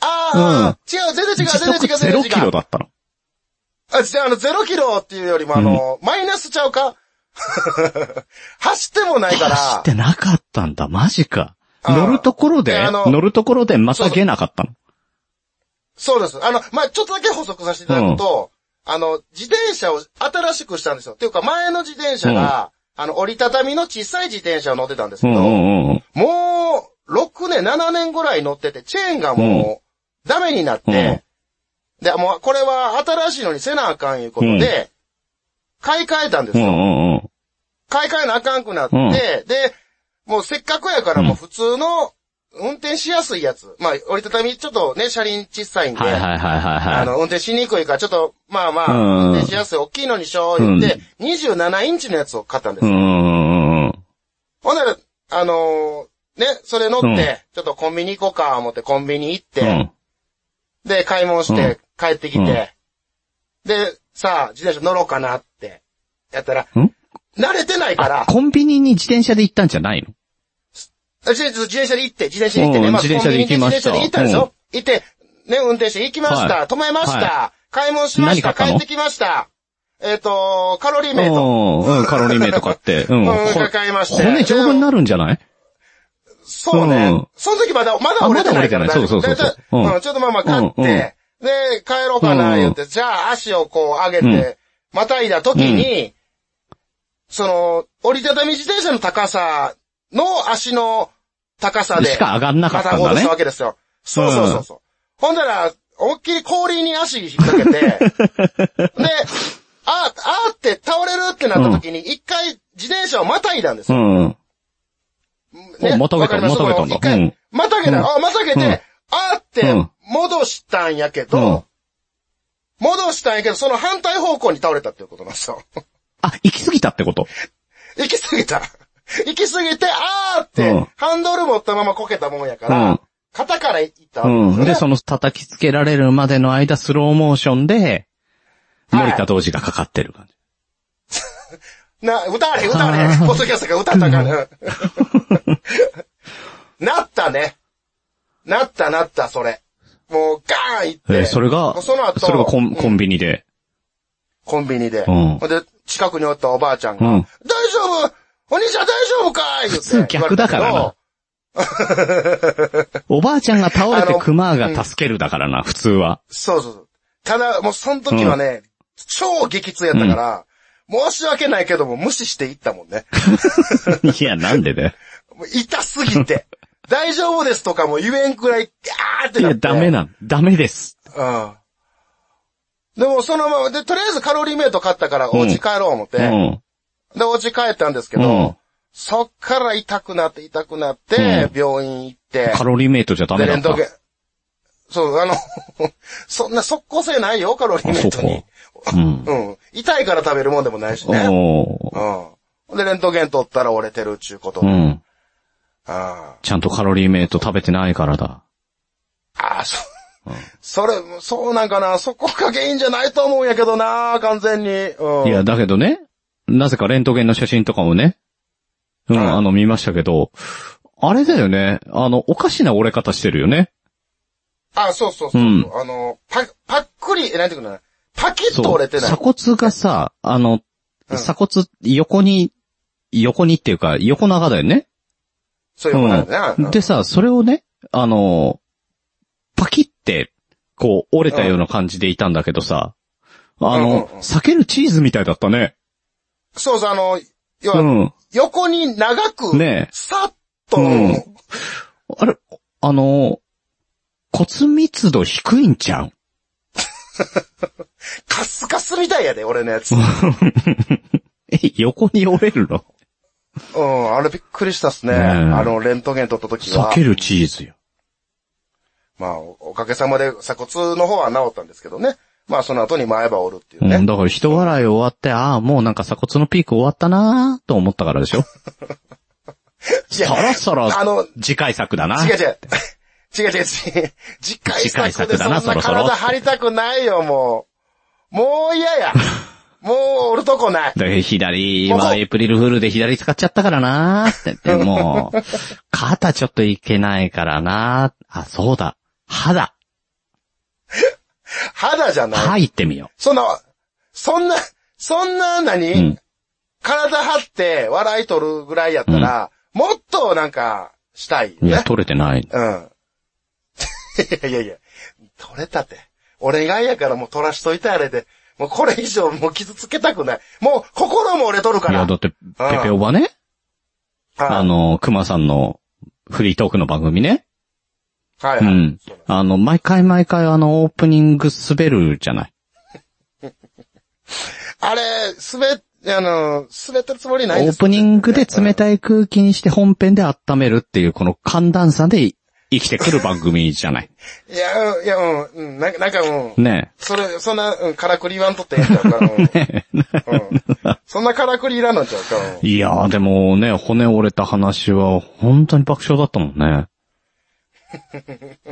S4: ああ、違う、全然違
S3: 時
S4: う、全
S3: 速
S4: 然違う、全然違う。
S3: 0キロだったの。
S4: あ、じゃあ、あの、0キロっていうよりも、あの、マイナスちゃうか 走ってもないから。
S3: 走ってなかったんだ、マジか。
S4: うん
S3: 乗るところ
S4: い
S3: で
S4: やあ、の
S3: 乗るところでまたげなかったの。
S4: そうです。あの、まあ、ちょっとだけ補足させていただくと、あの、自転車を新しくしたんですよ。っていうか、前の自転車が、あの、折りたたみの小さい自転車を乗ってたんです
S3: う
S4: け
S3: ん
S4: ど、
S3: うんうん。
S4: もう、6年、7年ぐらい乗ってて、チェーンがもう、ダメになって、で、もう、これは新しいのにせなあかんいうことで、買い替えたんです
S3: うんう
S4: よ。
S3: んうん。
S4: 買い替えなあかんくなって、
S3: うん
S4: で、もうせっかくやからもう普通の運転しやすいやつ。まあ、折りたたみちょっとね、車輪小さいんで、
S3: はいはいはいはい
S4: あ
S3: は
S4: の、運転しにくいから、ちょっと、まあまあ、
S3: うん
S4: 運転しやすい、大きいのにしよう、言って、27インチのやつを買ったんで
S3: い。う
S4: す
S3: ん
S4: よ。
S3: うんうんうん。
S4: ほんなら、あのーね、それ乗って、
S3: うん
S4: ちょっとコンビニ行こうか、思ってコンビニ行って、
S3: うん
S4: で、買い物し
S3: うん
S4: て、帰ってきて、
S3: うん
S4: で、さあ、自転車乗ろうかなって、やったら、
S3: ん
S4: 慣れてないから
S3: あ、コンビニに自転車で行ったんじゃないの
S4: 自転自転車で行って、自転車で行ってね、
S3: うん
S4: まず
S3: 自
S4: コ
S3: 転
S4: ン
S3: 車
S4: ビ
S3: で
S4: ニ
S3: 行
S4: で
S3: きまし
S4: 自転
S3: た
S4: 車で行ったんですよ。行って、ね、運転して行きました、
S3: はい
S4: 止めました、
S3: は
S4: 買い物しました、
S3: 何買ったの
S4: 帰ってきました、えっ、と、カロリーメイト、
S3: うん、うん、カロリーメイト買っ て。うん。
S4: うん
S3: ほ
S4: 買いまして。
S3: 骨丈夫になるんじゃない
S4: そうね、
S3: うん
S4: その時まだ、まだ折れてないから
S3: あまだ折れてないそうそうそうそう
S4: だいたい
S3: うん
S4: うんちょっとまあまあ買って、
S3: うんうん
S4: で、帰ろうかな、言って、じゃあ足をこう上げて、
S3: うん
S4: またいだ時に、その、折りたたみ自転車の高さの足の高さで、
S3: しか上がんなか
S4: ま
S3: った
S4: た
S3: ん
S4: ゴー
S3: だ
S4: ルし
S3: ね
S4: た。わけですよ。そうそうそうそう。ほんだら、思いっきり氷に足引っ掛 けて、で、あ、あーって倒れるってなった時に、一回自転車をまたいだんです
S3: う
S4: よ。
S3: ん。うんおまたげた
S4: わかります
S3: またげたんだ
S4: 一
S3: う
S4: 回
S3: ん、
S4: またげた、
S3: うん
S4: あ、またげて、
S3: うん
S4: あーって戻したんやけど、戻したんやけど、その反対方向に倒れたっていうことなんですよ。
S3: あ、行き過ぎたってこと
S4: 行き過ぎた。 行き過ぎて、あーって、
S3: うん
S4: ハンドル持ったままこけたもんやか
S3: う
S4: ら、
S3: ん。
S4: 肩から行ったわけですよ、ね
S3: うん。で、その叩きつけられるまでの間、スローモーションで、
S4: はい
S3: 森田同士がかかってる感じ。
S4: な、歌われへん、歌われへん。ポッドキャストが歌ったらあから。 なったね。なったなった、それ。もう、ガーン行って。
S3: えーそれが、
S4: その後
S3: れがコン
S4: うん
S3: コンビニで。
S4: コンビニで。
S3: うん
S4: ほんで、近くにおったおばあちゃん
S3: う
S4: が、
S3: ん。
S4: 大丈夫お兄ちゃん大丈夫かい言って
S3: 普通逆だからな。おばあちゃんが倒れ
S4: あ
S3: て
S4: の
S3: 熊が助けるだからな、普通 は。
S4: そうそうそう。ただ、もうその時はね、超激痛やったから、申し訳ないけども無視していったもんね。
S3: いや、なんでだよ。
S4: もう痛す ぎて。大丈夫ですとかも言えんくらい、ガーって
S3: い
S4: なっ
S3: や、
S4: て。
S3: ダメなの。ダメです。
S4: うん。でもそのまま、で、とりあえずカロリーメイト買ったからお家帰ろう思って、
S3: うん。
S4: で、お家帰ったんですけど、
S3: うん
S4: そっから痛くなって痛くなって、病院行って、
S3: カロリーメイトじゃダメ
S4: で、
S3: だ
S4: レン
S3: った
S4: ト。ゲン。そう、あの、 そんな即効性ないよ、カロリーメイトに。
S3: うん。
S4: うん。痛いから食べるもんでもないしね。
S3: おー
S4: うん。で、レントゲン取ったら折れてるっちゅうこと。
S3: う
S4: あ
S3: ん。
S4: あ
S3: ちゃんとカロリーメイト食べてないからだ。
S4: ああ、そ、それ、そうなんかな、そこが原因じゃないと思うんやけどな、完全に。うん。
S3: いや、だけどね、なぜかレントゲンの写真とかもね、うん、
S4: はい
S3: あの、見ましたけど、あれだよね、あの、おかしな折れ方してるよね。
S4: あ、そうそうそう。
S3: うん
S4: あの、パ、パックリ、え、なんていうのかなパキッと
S3: そう。
S4: 折れてない
S3: 鎖。骨がさ、あの、
S4: うん
S3: 鎖骨、横に、横にっていうか、横長だよね。
S4: そういうもんなんだよね。うん
S3: でさ、それをね、あの、パキって、こう、折れたような感じでいたんだけどさ、あ
S4: うんうんうん
S3: の、裂けるチーズみたいだったね。
S4: そうそう、あの、要
S3: う
S4: は、
S3: ん。
S4: 横に長く、
S3: ねえ
S4: さっと、
S3: うんあれ、あの、骨密度低いんちゃう
S4: カスカスみたいやで、俺のやつ。
S3: え、横に折れるの
S4: うん、あれびっくりしたっすね。
S3: ねえ
S4: あの、レントゲン撮った時は
S3: 裂。けるチーズよ。
S4: まあ、おおかげさまで鎖骨の方は治ったんですけどね。まあ、その後に前歯を折るっていう
S3: うん、
S4: ね。
S3: だから人笑い終わって、ああ、もうなんか鎖骨のピーク終わったなーと思ったからでしょ
S4: い
S3: そろそろ、
S4: あの、
S3: 次回作だな。
S4: 違う違う。違う違う違う。 次回
S3: 次回
S4: 作
S3: 作
S4: でそ
S3: だ
S4: ん
S3: な
S4: な
S3: そろそろ
S4: 体張りたくないよ、もう。も う嫌や。もう折るとこない。
S3: だから左
S4: ここ
S3: はエイプリルフールで左使っちゃったからなーって言 って、もう、肩ちょっといけないからなーあ、そうだ。肌、
S4: 肌じゃない。
S3: 歯いってみよ
S4: そんな、そんな、そんな何、
S3: う。うん。
S4: 体張って笑い取るぐらいやったら、もっとなんか、したいよ
S3: いや、
S4: ね。
S3: 取れてない。
S4: うん。 いやいやいや、取れたって。俺がやからもう取らしといてあれで。もうこれ以上もう傷つけたくない。もう心も折れとるか
S3: い
S4: ら。
S3: や、だって、ペペオバね、
S4: はい
S3: あ、の、熊さんのフリートークの番組ね。
S4: はい、
S3: う
S4: はい
S3: ん。あの、毎回毎回あの、オープニング滑るじゃない。
S4: あれ、滑っ、あの、滑ってるつもり
S3: オ
S4: ないんで
S3: ー
S4: すけ
S3: プ
S4: どね
S3: ニングで冷たい空気にして本編で温めるっていう、この寒暖差で生きてくる番組じゃない。
S4: いや、いや、うんうん、なんか、なんかうん。
S3: ね
S4: それ、そんな、うん、からくり言わんとってええんちゃ うか。うんうんそんなからくりいらんのちゃうか。うん
S3: え。いやーでもね、骨折れた話は本当に爆笑だったもん ね。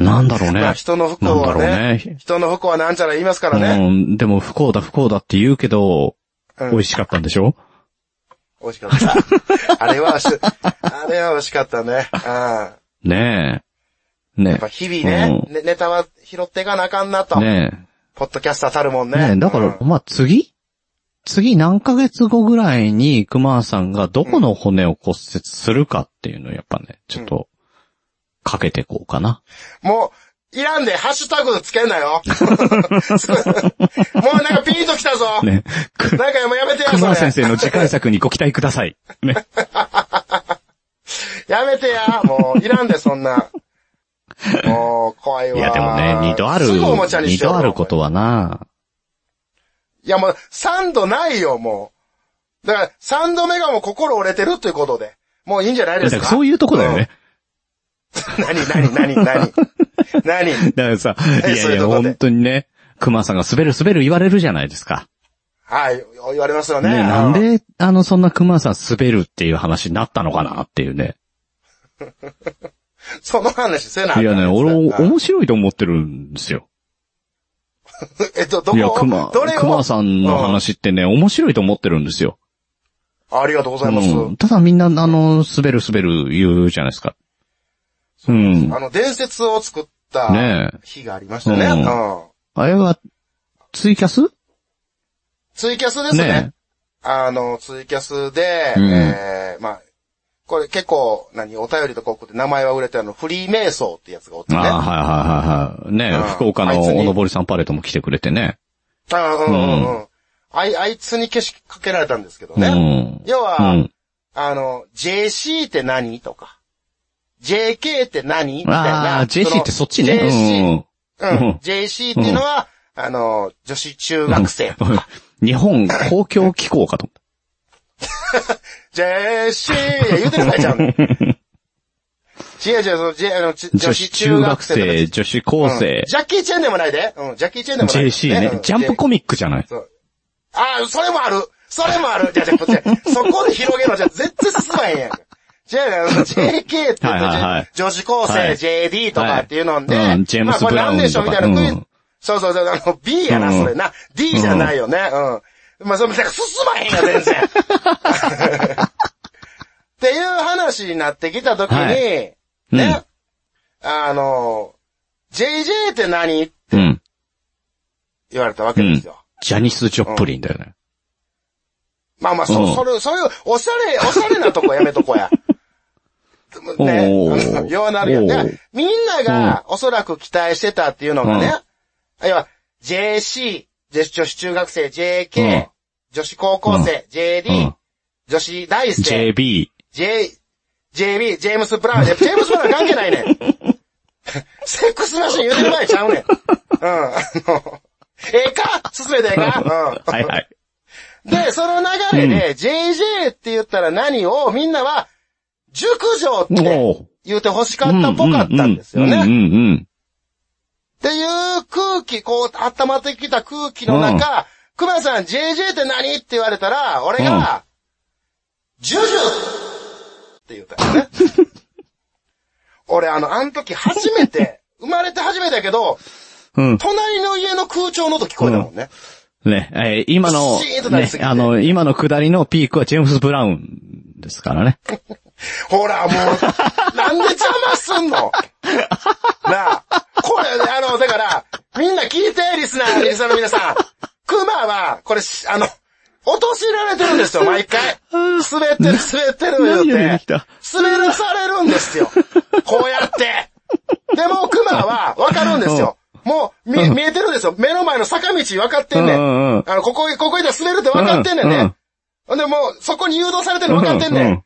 S3: なんだろう
S4: まあ
S3: ね。
S4: 人の不幸
S3: なんだ
S4: は
S3: ろう
S4: ね
S3: ね。
S4: 人の不幸はなんちゃら言いますからね。
S3: うん、でも不幸だ不幸だって言うけど、
S4: うん
S3: 美味しかったんでしょ
S4: 美味しかった。あれはし、あれは美味しかったね。あ
S3: ねえ。ね
S4: やっぱ日々ね,、
S3: うん
S4: ね、ネタは拾っていかなあかんなと。
S3: え。ねえ。
S4: ポッドキャスターたるもんね。
S3: ねえ、だか
S4: うん
S3: ら、まあ、次次何ヶ月後ぐらいに熊さんがどこの骨を骨折するかっていうのをやっぱね、ちょっと、かけていこうかな。
S4: もう、いらんで、ハッシュタグつけん なよ。すごいもうなんかピンときたぞ。
S3: ね。く
S4: なんかもうやめてや、そ
S3: 熊
S4: れ。
S3: 先生の次回作にご期待ください。ね。
S4: やめてや、もう、いらんで、そ んな。もう、怖いわ。
S3: いや、でもね、二度ある、
S4: すぐおもちゃに
S3: 二
S4: しよう
S3: 度あることはな、
S4: いや、もう、三度ないよ、もう。だから、三度目がもう心折れてるということで。もういいんじゃない
S3: いやだ
S4: です
S3: か
S4: か。
S3: らそういうとこだよね。
S4: 何、何、何、何。何。
S3: だからさ、い
S4: え
S3: や
S4: そうい
S3: いうや、
S4: とこで
S3: 本当にね、熊さんが滑る滑る言われるじゃないですか。
S4: はい、言われますよね。
S3: ねえなんで、あの、そんな熊さん滑るっていう話になったのかなっていうね。
S4: その話せない。
S3: いやね、俺、
S4: うん
S3: 面白いと思ってるんですよ。
S4: えっと、どこ
S3: いや、熊、
S4: どれを
S3: 熊さんの
S4: うん
S3: 話ってね、面白いと思ってるんですよ。
S4: ありがとうございます。
S3: うん、ただみんな、あの、滑る滑る言うじゃないですか。うん。
S4: あの、伝説を作った
S3: ねえ
S4: 日がありましたね。
S3: うん
S4: うん
S3: あれは、ツイキャス
S4: ツイキャスですね。
S3: ね
S4: あの、ツイキャスで、
S3: うん
S4: えーまあ、これ結構、何、お便りとか送って名前は売れてあの、フリーメイソーってやつがおって
S3: あ
S4: ね。
S3: あ、はいはいはいはい。ねえ
S4: うん
S3: 福岡
S4: あい
S3: の
S4: つに
S3: おのぼりさんパレードも来てくれてね。
S4: あうんうんうん。
S3: う
S4: あい、あいつに消しかけられたんですけど
S3: う
S4: ね。
S3: ん。
S4: 要
S3: う
S4: は、
S3: ん。
S4: あの、JC って何とか、JK って何みたい
S3: あ
S4: な。
S3: あ、JC ってそっちね。
S4: JC、
S3: うん。
S4: うん
S3: うん
S4: JC っていうのは、あの、女子中学生とか。
S3: 日本公共機構かと思っ
S4: ジェシー言うてる場合 ちゃうの。違う違う、その、ジェあのち
S3: 女子中学生、
S4: と
S3: 女子高
S4: か
S3: 生
S4: うん、ジャッキー・チェンでもないで。うん、ジャッキー・チェンでもない。
S3: JC ね
S4: う。ん
S3: ジャンプコミックじゃない
S4: そう。ああ、それもある。それもある。じゃあ、じゃあ、じゃあそこで広げろ。じゃあ、絶対進まへんやんか。じゃあ、あの JK って言うと、
S3: はいはいはい
S4: 女子高生、
S3: はい
S4: JD とかっていうのんで、
S3: はいうんジェームス
S4: まあ、これなんでしょうみ
S3: ブ
S4: た
S3: ラ
S4: い
S3: ウ
S4: な
S3: ンとか
S4: クイズ、
S3: うん
S4: そうそうそう、あの、B やな、
S3: うん
S4: それな。D じゃないよね。うん。まあ、それ、だから進まへんやん、全 然。っていう話になってきたときに、
S3: は
S4: ね、
S3: うん
S4: あの、JJ って何って
S3: うん。
S4: 言われたわけですよ。
S3: ジャニス・ジョプリンだよね。
S4: まあまあ、そうう、
S3: ん
S4: それ、そういう、おしゃれ、おしゃれなとこやめとこや。
S3: お
S4: ね
S3: ー、
S4: ようなるやん。
S3: おー
S4: だからみんなが、おそらく期待してたっていうのがね、要は、JC、女子女子中学生、
S3: う
S4: JK
S3: ん、
S4: 女子高校生、
S3: う
S4: JD
S3: ん、
S4: 女子大生、
S3: JB。
S4: J、JB、ジェームス・ブラウン。ジェームス・ブラウン関係ないねん。 セックスマシン言うてる前ちゃうねん。うん、あの、ええか進めてええかうん。
S3: はいはい。
S4: で、その流れで、JJ って言ったら何を、みんなは、熟女っ
S3: お
S4: て
S3: ー
S4: 言って欲しかったっぽかったんですよ
S3: うんう
S4: ね。
S3: んうん
S4: っていう空気、こう、温まってきた空気の中、熊さん JJ って何って言われたら、俺が、ジュジュって言ったよ ね。俺、あの、あの時初めて、生まれて初めてだけど、
S3: うん。うん。
S4: 隣の家の空調の音聞こえたもんね。
S3: ね、えー今の、
S4: シーンとなり
S3: ね
S4: すぎ、て
S3: あの、今の下りのピークはジェームス・ブラウンですからね。
S4: ほら、もう、なんで邪魔すんのなあ、これ、あの、だから、みんな聞いて、リスナー、リスナーの皆さん。クマは、これ、しあの、落としられてるんですよ、毎回。滑ってる、滑ってる、
S3: 何より
S4: 言
S3: で
S4: っ
S3: き
S4: て
S3: た。
S4: 滑らされるんですよ。こうやって。でも、クマは、わかるんですよ。もう、見、見えてるんですよ。目の前の坂道分かってんね。
S3: うんうんうんん
S4: あの、ここ、ここいたら滑るって分かってんねん
S3: うんう
S4: ね
S3: ん。
S4: ほんで、もう、そこに誘導されてるの分かってんね
S3: うんん。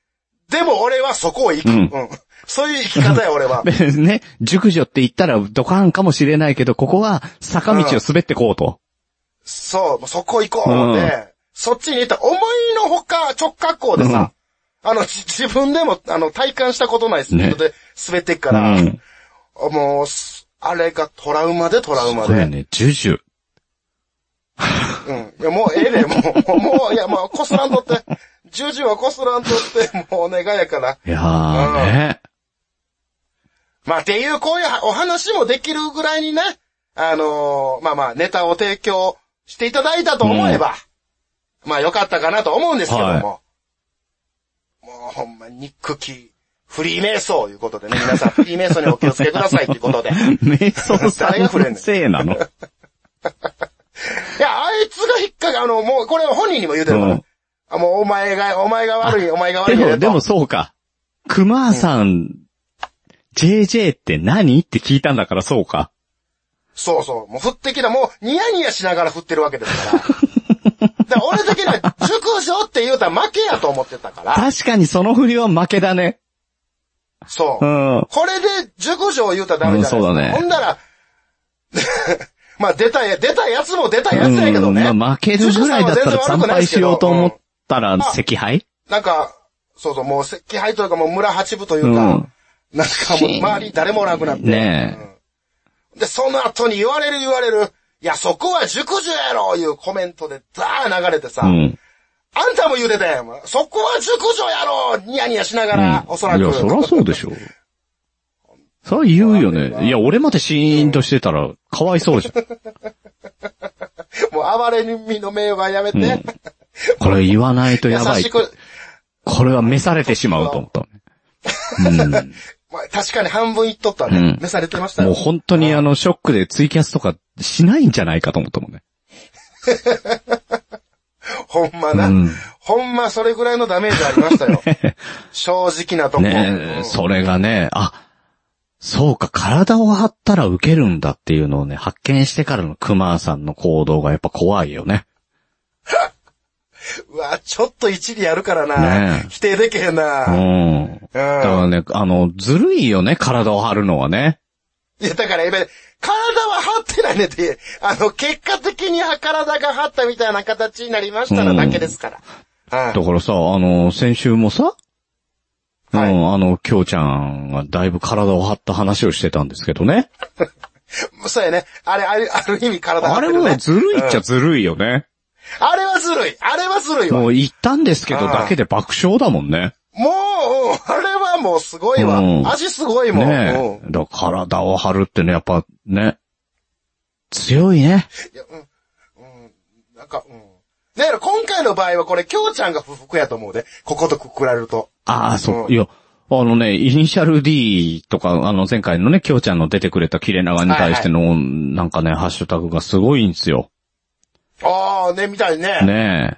S4: でも俺はそこを行く。う
S3: うんん。
S4: そういう生き方や、俺は。
S3: ね、熟女って言ったらドカンかもしれないけど、ここは坂道を滑ってこうと。
S4: そう、もうそこ行こう思って、そっちに行った思いのほか直角行でさ、あの、じ自分でも、あの、体感したことないスピードで滑ってっか
S3: う
S4: ら、
S3: ん。
S4: もう、すあれがトラウマでトラウマ
S3: これ
S4: で。
S3: ね、ジュジュ。
S4: うん。いやもうええで、もう、もう、もういや、もう、こすらんとって、 ジュジュはこすらんとって、もうお願いやから。
S3: いやーね。
S4: まあ、っていう、こういうはお話もできるぐらいにね、あのーまあまあ、ネタを提供していただいたと思えば、まあ、よかったかなと思うんですけども、もう、ほんま、ニックキフリーメイソーいうことでね、皆さん、フリーメイソーにお気をつけくださいということで。い
S3: 瞑想さんのせいな の。
S4: や、あいつが引っかか、あの、もう、これは本人にも言うてるから、
S3: うん
S4: あもう、お前が、お前が悪い、お前が悪
S3: で
S4: いよ
S3: も、
S4: と
S3: でもそうか。熊さん、JJ って何って聞いたんだからそうか。
S4: そうそう。もう振ってきた、もうニヤニヤしながら振ってるわけですから。 だから俺的には、熟女って言うたら負けやと思ってたから、
S3: 確かにその振りは負けだね。
S4: そうう。
S3: ん。
S4: これで熟女を言うたらダメじゃないですか。
S3: うんそうだね
S4: ほんなら、 まあ出たや、出たやつも出たやつやけどね。
S3: うんまあ、負けるぐらいだったら惨敗しようと思ったら、
S4: ん
S3: 赤敗
S4: なんか、そうそう、もう赤配というかもう村八部といううか、
S3: ん。
S4: なんかもう周り誰もおらなくなって。
S3: ね
S4: うんで、その後に言われる言われる、いや、そこは熟女やろいうコメントでザー流れてさ、
S3: え。うん。
S4: あんたも言うてたやん。そこは熟女やろニヤニヤしながら、おそらく。
S3: いや、そりゃそうでしょ。それ言うよね。いや、俺までシーンとしてたら、かわいそうじゃん。
S4: もう暴れみの名はやめて。
S3: うんこれ言わないとやば
S4: 優
S3: い
S4: し。く、
S3: これは召されてしまうと思ったのね。
S4: まあ、確かに半分言っとったね。
S3: うん
S4: 召されてまし
S3: う
S4: た
S3: ん。
S4: よ
S3: もう本当にあの、ショックでツイキャスとかしないんじゃないかと思ったもんね。
S4: ほんま
S3: う
S4: な、
S3: ん。
S4: ほんまそれぐらいのダメージあり ましたよ。正直なとこ。
S3: ね
S4: う
S3: え、
S4: ん
S3: それがね、あ、そうか、体を張ったら受けるんだっていうのをね、発見してからのクマさんの行動がやっぱ怖いよね。
S4: うわ、ちょっと一理あるからな。
S3: ねえ
S4: 否定できへん
S3: う
S4: な。
S3: ん。
S4: う
S3: だか
S4: ん。
S3: らね、あの、ずるいよね、体を張るのはね。
S4: いや、だから、やべ、体は張ってないねって、あの、結果的には体が張ったみたいな形になりましたらだけですから。は
S3: だ
S4: い。
S3: からさ、あの、先週もさ、
S4: はい
S3: うん、あの、きょうちゃんがだいぶ体を張った話をしてたんですけどね。
S4: そうやね。あれ、あれ、ある意味体張
S3: あ
S4: って
S3: れ
S4: る
S3: もね、ずるいっちゃずるいよね。
S4: あれはずるい。あれはずるいわ。
S3: も
S4: もう、
S3: う言ったんですけど
S4: うん
S3: だけで爆笑だもんね。
S4: あれはもうすごいわ
S3: う。ん
S4: 味すごいもん。
S3: ね
S4: うん
S3: え。だから体を張るってね、やっぱね、強いね。
S4: いや、うん。うん。なんか、うん。だから今回の場合はこれ、きょうちゃんが不服やと思うで。こことくくられると。
S3: ああ、そうう、
S4: ん
S3: いや、あのね、イニシャル D とか、あの前回のね、きょうちゃんの出てくれた切れ長に対しての、なんかね、ハッシュタグがすごいんですよ。
S4: ああ、ね、みたいね。
S3: ね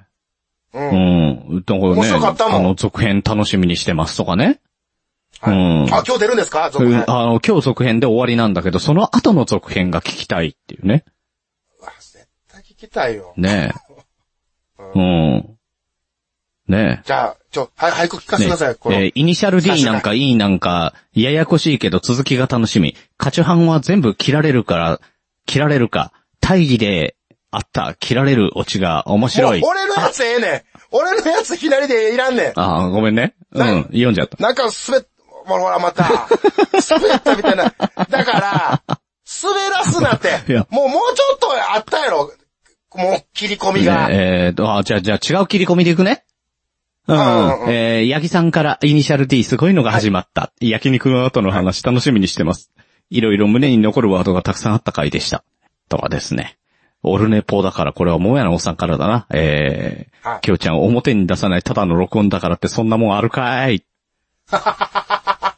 S3: え。
S4: う。
S3: うんん。だから
S4: 面
S3: ね、
S4: 白かったもん
S3: あの、続編楽しみにしてますとかね。
S4: はい
S3: うん
S4: あ、今日出るんですか
S3: う
S4: 続
S3: ん
S4: 編。
S3: あの、今日続編で終わりなんだけど、その後の続編が聞きたいっていうね。
S4: うわ絶対聞きたいよ。
S3: ね え。うん。ね
S4: じゃあ、ちょ、は早く聞か
S3: え。
S4: せ
S3: ね
S4: てください。この
S3: えーイニシャル D
S4: 最初だ
S3: なんか E なんか、ややこしいけど続きが楽しみ。カチュハンは全部切られるから、切られるか。大義であった、切られるオチが面白い
S4: もう。俺のやつええねん。俺のやつ左でいらんねん。
S3: ああ、ごめんね。うん
S4: な。
S3: 読んじゃった。
S4: なんか滑っ、ほらほら また、滑ったみたいな。だから、滑らすなっ
S3: い
S4: て
S3: や。
S4: もうもうちょっとあったやろ。もう切り込みが。
S3: ねえーと、あ、じゃあ、じゃあ違う切り込みでいくね。うん
S4: うんうん
S3: えー、八木さんからイニシャル D すごいのが始まった。焼肉の後の話楽しみにしてます。いろいろ胸に残るワードがたくさんあった回でした。とかですね。オルネポだからこれはもやのおっさんからだな。え
S4: はい
S3: ー、きょうちゃん表に出さないただの録音だからってそんなもんあるか い。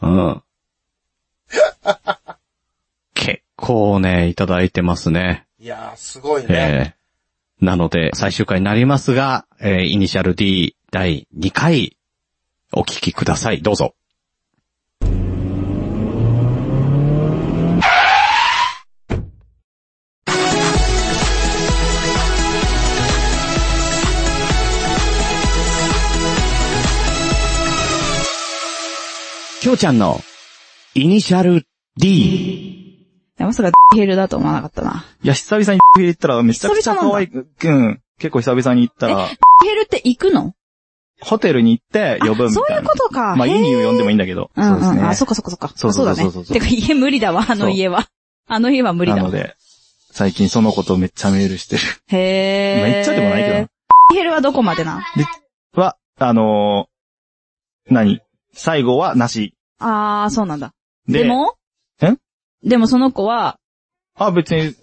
S3: うん。結構ね、いただいてますね。
S4: いやー、すごいね。
S3: えーなので、最終回になりますが、えーイニシャル D 第2回、お聞きください。どうぞ。きょうちゃんの、イニシャル D。
S2: まさか、ヘルだと思わなかったな。
S1: いや、久々に行ったらめちゃくちゃ可愛い。うん。結構久々に行ったら、
S2: ヘルって行くの
S1: ホテルに行って呼ぶみたいな。
S2: そういうことか。
S1: まあ、
S2: へー
S1: 家に呼んでもいいんだけど。
S2: うんうん。あ、
S1: そ
S2: そっかそっかそっか。
S1: そうそうそうそう
S2: だね。てか家無理だわ、あの家は。あの家は無
S1: う
S2: 理
S1: な
S2: だ
S1: の
S2: わ。
S1: で、最近そのことめっちゃメールしてる。
S2: へえ。
S1: めっちゃでもないけどな。
S2: ヘルはどこまでな
S1: は、あのー何最後はなし。
S2: あー、そうなんだ。
S1: で
S2: でも
S1: え
S2: でもその子は、
S1: あ、別に、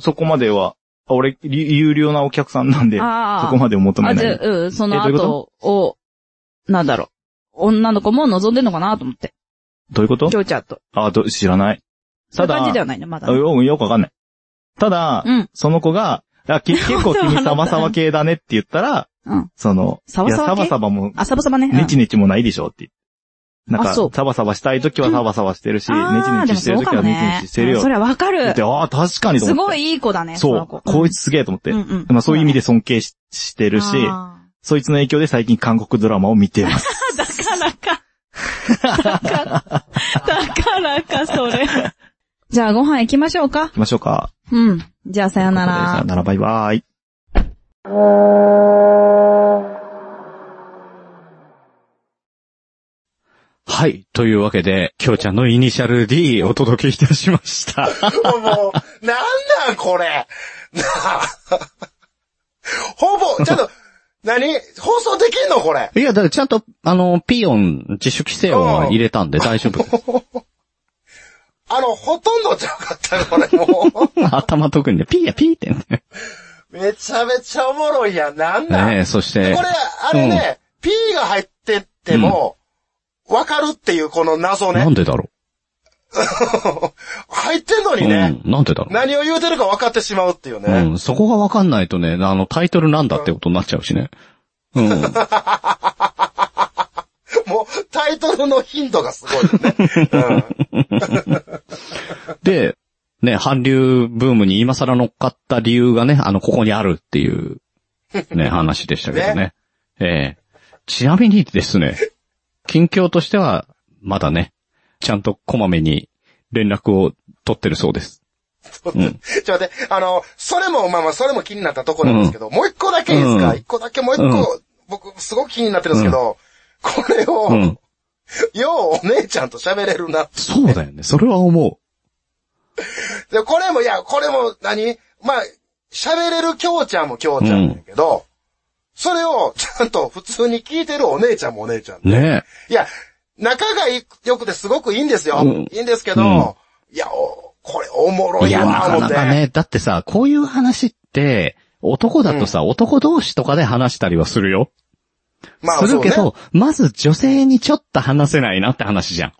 S1: そこまでは、あ俺、り有料なお客さんなんで、そ
S2: あー。
S1: こまで求め
S2: あ、
S1: な
S2: じゃあ
S1: い。
S2: うん、その
S1: えどういうこ
S2: 後を、なんだろう。女の子も望んでんのかなと思って。
S1: どういうこと
S2: ちょうちゃんと。
S1: あ、ど、知らない。
S2: そう
S1: た
S2: いう感じでは
S1: だ、
S2: ないね、まだ
S1: あ。よよくわかんない。ただ、
S2: うん。
S1: その子が、あ き結構君サバサバ系だねって言ったら、
S2: うん
S1: その、
S2: サバサバ系
S1: いやサバサバも、
S2: あ、サバサバね。うん
S1: ネチネチもないでしょって。なん
S2: あ
S1: か、
S2: そう
S1: サバサバしたい時はサバサバしてるし、ネチ
S2: あ
S1: ネ
S2: ーで
S1: チ
S2: も
S1: して
S2: そ
S1: る
S2: う
S1: 時
S2: か
S1: は
S2: も
S1: ネチネ
S2: ね
S1: チしてるよ。
S2: それはわかる
S1: で、。ああ、確かにと
S2: す
S1: 思っ
S2: ご
S1: て。
S2: いいい子だね、
S1: そ
S2: の
S1: う
S2: 子。
S1: こいつすげえと思って。
S2: うんうん
S1: まあそういう意味で尊敬ししてるし、
S2: あー
S1: そいつの影響で最近韓国ドラマを見ています。
S2: だからか。だからか、そ れ。じゃあご飯行きましょうか。
S1: 行きましょうか。
S2: うん。じゃあさよな
S1: ということでさよ
S2: ら。
S1: なら、バイバイ。
S3: はい。というわけで、きょうちゃんのイニシャル D お届けいたしました。
S4: もう、もうなんなんこれ。なあ。 ほぼ、ちょっと、何放送できんのこれ。
S3: いや、だからちゃんと、あの、ピオン、自主規制音は入れたんで大丈夫 です。
S4: あの、ほとんどちゃうかったよ、これも
S3: 頭特にね、ピーやピーってね。
S4: う。めちゃめちゃおもろいやん。なんなん、
S3: ねえ、そして
S4: こ、れ、あれね、P が入ってっても、わかるっていうこの謎
S3: な
S4: ね
S3: ん。でだろ
S4: 入ってんの
S3: う。
S4: にね、
S3: うん、なんでだろ
S4: 何を言うてるか分かってしまうっていう
S3: う。
S4: ね。
S3: うん、そこがわかんないとね、あの、タイトルなんだってことになっちゃうしね。うん。
S4: もう、タイトルの頻度がすごい よね。
S3: で、ね、韓流ブームに今更乗っかった理由がね、あの、ここにあるっていう、 ね、話でしたけどね。ええちなみにですね、近況としては、まだね、ちゃんとこまめに連絡を取ってるそうです。うん。
S4: うん。ちょっと待って、あの、それも、まあまあ、それも気になったところなんですけど、もう一個だけいいですか
S3: うん
S4: 一個だけ、もう一
S3: うん
S4: 個、僕、すごく気になってるんですけど、これを、
S3: うん。
S4: ようお姉ちゃんと喋れるな。
S3: そうだよね。それは思
S4: で、これも、いや、これも何、まあ、喋れる京ちゃんも京ちゃんだけど、それをちゃんと普通に聞いてるお姉ちゃんもお姉ちゃん。
S3: う。ね
S4: いや、仲が良くてすごくいいんですよ。
S3: うん
S4: いいんですけど、
S3: うん
S4: いや、おこれおもろ
S3: い
S4: い
S3: や、な
S4: わ、
S3: か
S4: 思
S3: な
S4: って。
S3: かね。だってさ、こういう話って、男だとさ、男同士とかで話したりはするよ。
S4: まあ、
S3: するけ
S4: そう
S3: ど、まず女性にちょっと話せないなって話じゃん。
S4: ね、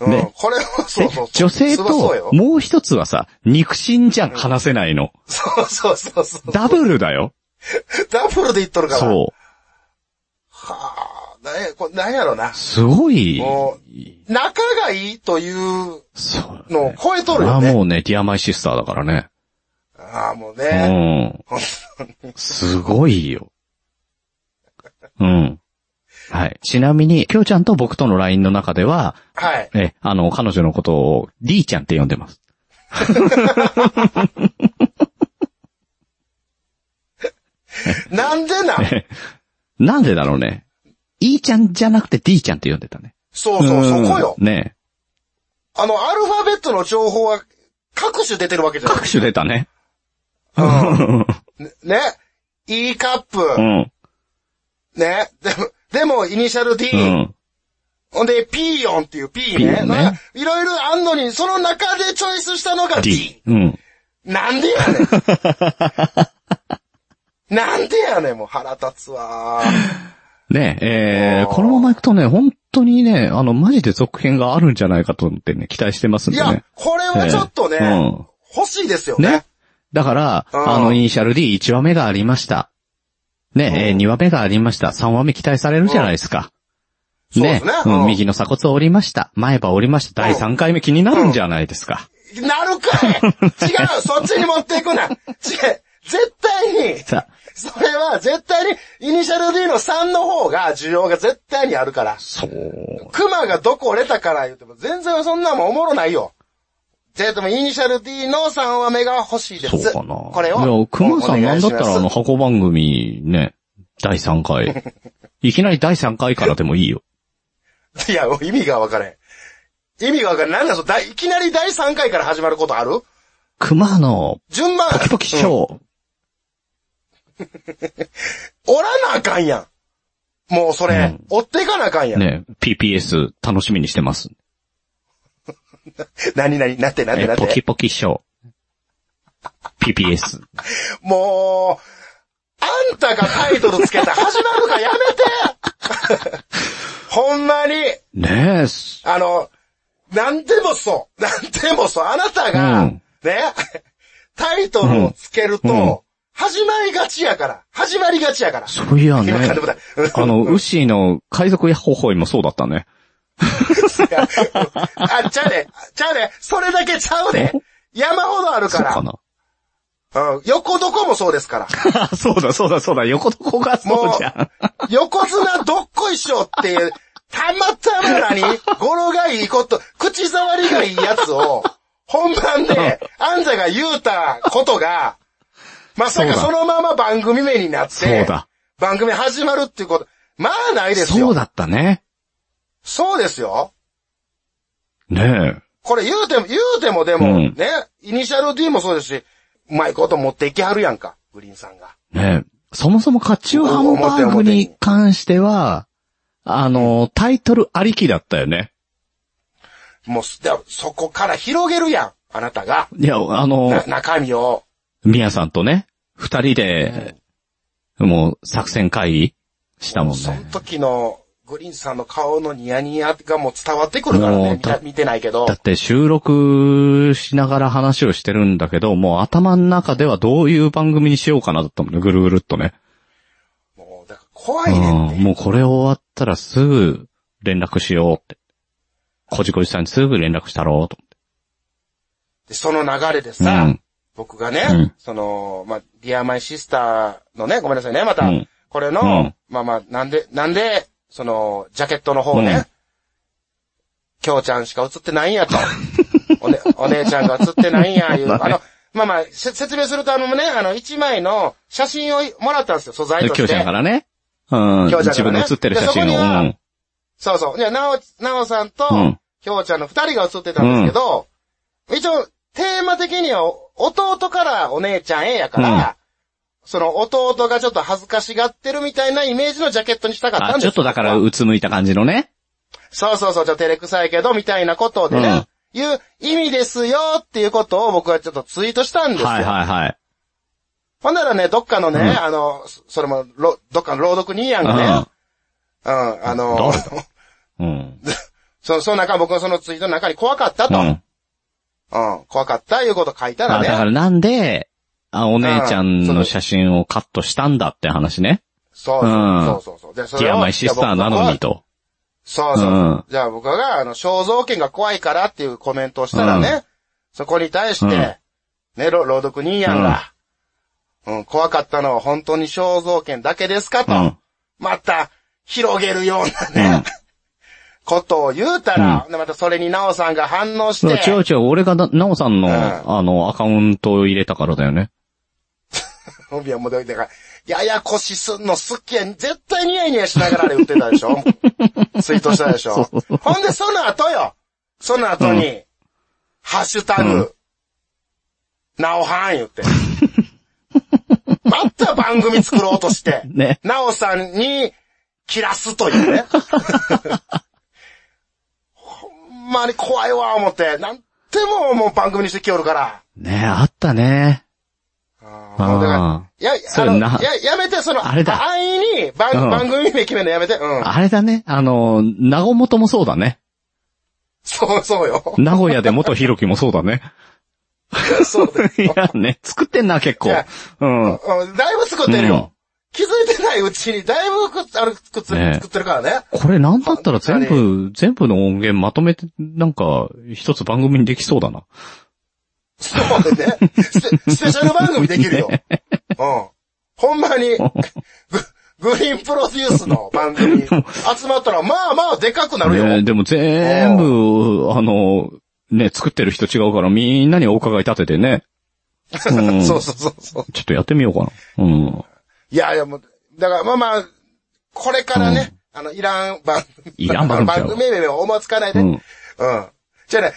S4: うん
S3: ね
S4: これはそうそうそう。
S3: 女性
S4: そりゃそうよ
S3: と、もう一つはさ、肉親じゃん、話せないの。
S4: そうそうそうそう。
S3: ダブルだよ。
S4: ダブルで言っとるから。う。
S3: そう。
S4: はあ、なんや、これなんやろな。
S3: すごい、
S4: もう、仲がいいという
S3: そう。
S4: のを超えと
S3: こ
S4: る
S3: れ
S4: よ
S3: は
S4: ね。
S3: もうね、ディアマイシスターだからね。
S4: ああ、もう
S3: う
S4: ね。
S3: ん。すごいよ。うん。はい。ちなみに、きょうちゃんと僕との LINE の中では、
S4: はい。
S3: え、あの、彼女のことを、D ちゃんって呼んでます。
S4: なんでなん
S3: なんでだろうね。E ちゃんじゃなくて D ちゃんって呼んでたね。
S4: そうそう、
S3: ん
S4: そこよ。
S3: ね
S4: あの、アルファベットの情報は各種出てるわけじゃない
S3: 各種出たね。
S4: ね。E カップ。
S3: うん。
S4: ね。でも、でも、イニシャル D。
S3: うん。
S4: ほんで、ピーヨンっていう P
S3: ピー
S4: ね。
S3: ヨンね
S4: なんかいろいろあんのに、その中でチョイスしたのが
S3: D
S4: D。。
S3: うん。
S4: なんで やねん。なんでやねん、もう腹立つわ。
S3: ねえ、え
S4: あ
S3: ー、
S4: ー
S3: このまま行くとね、本当にね、あの、マジで続編があるんじゃないかと思ってね、期待してますん
S4: い
S3: で
S4: や
S3: ね。、
S4: これはちょっとね、
S3: ええうん
S4: 欲しいですよね
S3: ね。だから、
S4: うん
S3: あの、イニシャル D1 話目がありました。ね、えー、2話目がありました。3話目期待されるじゃないですか。
S4: そうですね。
S3: うん
S4: うん
S3: 右の鎖骨を折りました。前歯を折りました。第3回目気になるんじゃないですか。
S4: なるかい違うそっちに持っていくな違う絶対に、
S3: さ、
S4: それは絶対に、イニシャル D の3の方が需要が絶対にあるから。
S3: そう。
S4: クマがどこ折れたから言うても、全然そんなもんおもろないよ。ぜ、でもイニシャル D の3は目が欲しいです。
S3: そうかな。
S4: これを。
S3: いや、熊さんなんだったらあの、
S4: の、
S3: 箱番組ね、第3回。 いきなり第3回からでもいいよ。
S4: いや、意味がわからへん。意味がわからん。なんだそのだい、いきなり第3回から始まることある
S3: 熊の
S4: 順番。
S3: ポキポキシ
S4: うん
S3: ョー。
S4: 折らなあかんやん。もうそれ、
S3: うん
S4: 追っていかなあかんやん。
S3: ね、PPS 楽しみにしてます。
S4: 何々、なってなって
S3: え
S4: なっ
S3: ポキ
S4: て。
S3: ポキショー。PPS。
S4: もう、あんたがタイトルつけた始まるからやめて ほんまに、
S3: ねえ、す
S4: あの、なんでもそう、なんでもそう、あなたが、
S3: うん
S4: ね、タイトルをつけると、
S3: うんうん
S4: 始まりがちやから、始まりがちやから。
S3: そういやね
S4: 今。からで もない
S3: あの、ウッシーの海賊やほほいもそうだったね。
S4: あ、ちゃうね、ちゃうね、それだけちゃうね。山ほどある
S3: そう
S4: か。
S3: からな。
S4: うん、横どこもそうですから。
S3: あ、 そうだ、そうだ、そうだ、横床がそうじゃん。
S4: 横綱どっこいしょっていう、たまたまなに、語呂がいいこと、口触りがいいやつを、本番で、アンジャが言うたことが、まさか
S3: そうだ
S4: そのまま番組名になっ
S3: そう
S4: て、
S3: だ。
S4: 番組始まるっていうこと、まあないですよ。
S3: そうだったね。
S4: そうですよ。
S3: ね
S4: これ言うても、言うてもで
S3: う
S4: も、
S3: ん
S4: ね、イニシャル D もそうですし、うまいこと持っていきはるやんか、グリーンさんが。
S3: え、ねえ。そもそもカチューハンバーグに関しては、あの、タイトルありきだったよね。
S4: もう、でそこから広げるやん、あなたが。
S3: いや、あの
S4: な、中身を。
S3: ミヤさんとね、二人で、もう作戦会議したもん
S4: その
S3: ね。
S4: 時のグリーンさんの顔のニヤニヤがもう伝わってくるから
S3: もう
S4: ね。見
S3: だ
S4: た見てないけど
S3: だ。って収録しながら話をしてるんだけど、もう頭の中ではどういう番組にしようかなだったもんね、ぐるぐるっとね。
S4: もう、だから怖いねんって。
S3: うん、もうこれ終わったらすぐ連絡しようって。こじこじさんにすぐ連絡したろうと
S4: でその流れで
S3: 思
S4: さ、
S3: って。
S4: 僕がね、
S3: うん
S4: その、まあ、ディアマイシスターのね、ごめんなさいね、また、
S3: うん
S4: これの、
S3: うん
S4: まあまあ、なんで、なんで、その、ジャケットの方
S3: うん
S4: ね、きょうちゃんしか映ってないん やと。おね、お姉ちゃんが映ってないんや、いう、あの、まあまあ、せ説明するとあのね、あの、一枚の写真をもらったんですよ、素
S3: う
S4: 材
S3: ん。
S4: と
S3: きょ
S4: し
S3: うちゃん
S4: て
S3: か。らね。うん。
S4: 京ちゃん
S3: 自分
S4: がね
S3: の写ってる写真
S4: でそこには
S3: を。うん。
S4: そうそう。で、なお、なおさんと
S3: うん、
S4: ひょうちゃんの二人が映ってたんですけど、一応、テーマ的には、弟からお姉ちゃんへやから、
S3: うん
S4: その弟がちょっと恥ずかしがってるみたいなイメージのジャケットにしたかったん
S3: あ、
S4: です
S3: ちょっとだから、うつむいた感じのね。
S4: そうそうそう、ちょっと照れくさいけど、みたいなことでね、いう意味ですよっていうことを僕はちょっとツイートしたんですよ。
S3: はいはいはい。
S4: ほんならね、どっかのね、あの、そそれも、ろどっかの朗読人やんがね、うん、あ
S3: ど
S4: の
S3: う、うん。
S4: そその中、僕のそのツイートの中に怖かった
S3: う
S4: と、うん、
S3: ん。
S4: 怖かったいうこと書いたら
S3: あ、
S4: ね、
S3: だからなんで、あ、お姉ちゃんの写真をカットしたんだって話ね。
S4: そう
S3: うん
S4: そうそうそうそう。で、そ
S3: ディアマイシスターなのに
S4: と。
S3: と。
S4: そうそう。
S3: うん
S4: じゃあ僕が、あの、肖像権が怖いからっていうコメントをしたらね、
S3: う
S4: そこに対して、
S3: うん
S4: ね、ろ朗読人やんが、うん、怖かったのは本当に肖像権だけですかと、
S3: うん
S4: また、広げるようなね、ことを言うたら、でまたそれになおさんが反応し
S3: だから違う
S4: て、
S3: 違う、俺がな、なおさんの、
S4: うん
S3: あの、アカウントを入れたからだよね。
S4: 本編戻りだから、ややこしすんの好きやん、絶対ニヤニヤしながらあれ言ってたでし ょツイートしたでしょほんで、その後よその後に、ハッシュタグ、なおはん言って。 また番組作ろうと して、
S3: ね。
S4: なおさんに、切らすという ね。ほんまに怖いわ、思って。なんても、もう番組にしてきおるから。
S3: ねあったね。
S4: もうだから
S3: あ
S4: いや、
S3: そう
S4: あの、
S3: やな
S4: や、やめて、その、
S3: あれだ
S4: 安易に番、
S3: うん
S4: 番組名決めるのやめて、うん
S3: ー。あれだね。あの、名古元もそうだね。
S4: そうそうよ。
S3: 名古屋で元弘樹もそうだね。
S4: そう だよ。
S3: いやね、作ってんな、結構
S4: いや。
S3: うん。
S4: うんだいぶ作ってるよ。気づいてないうちに、だいぶく、あの、作っ
S3: ね
S4: て、作ってるからね。
S3: これなんだったら全部、全部の音源まとめて、なんか、一つ番組にできそうだな。
S4: そうね。スペスペシャル番組でき るよ。うん。ほんまに、ググリーンプロデュースの 番組、集まったら、まあまあ、でかくなるよ。
S3: ねでも全部、あの、ね、作ってる人違うからみんなにお伺い立ててね。うん
S4: そうそうそうそう。
S3: ちょっとやってみようかな。うん。
S4: いやいや、もう、だからまあまあ、これからね、あの、いらん番組、
S3: いらん番組ちゃう
S4: 番組名を思いつかないで。
S3: う
S4: うん。
S3: ん。
S4: じゃあね、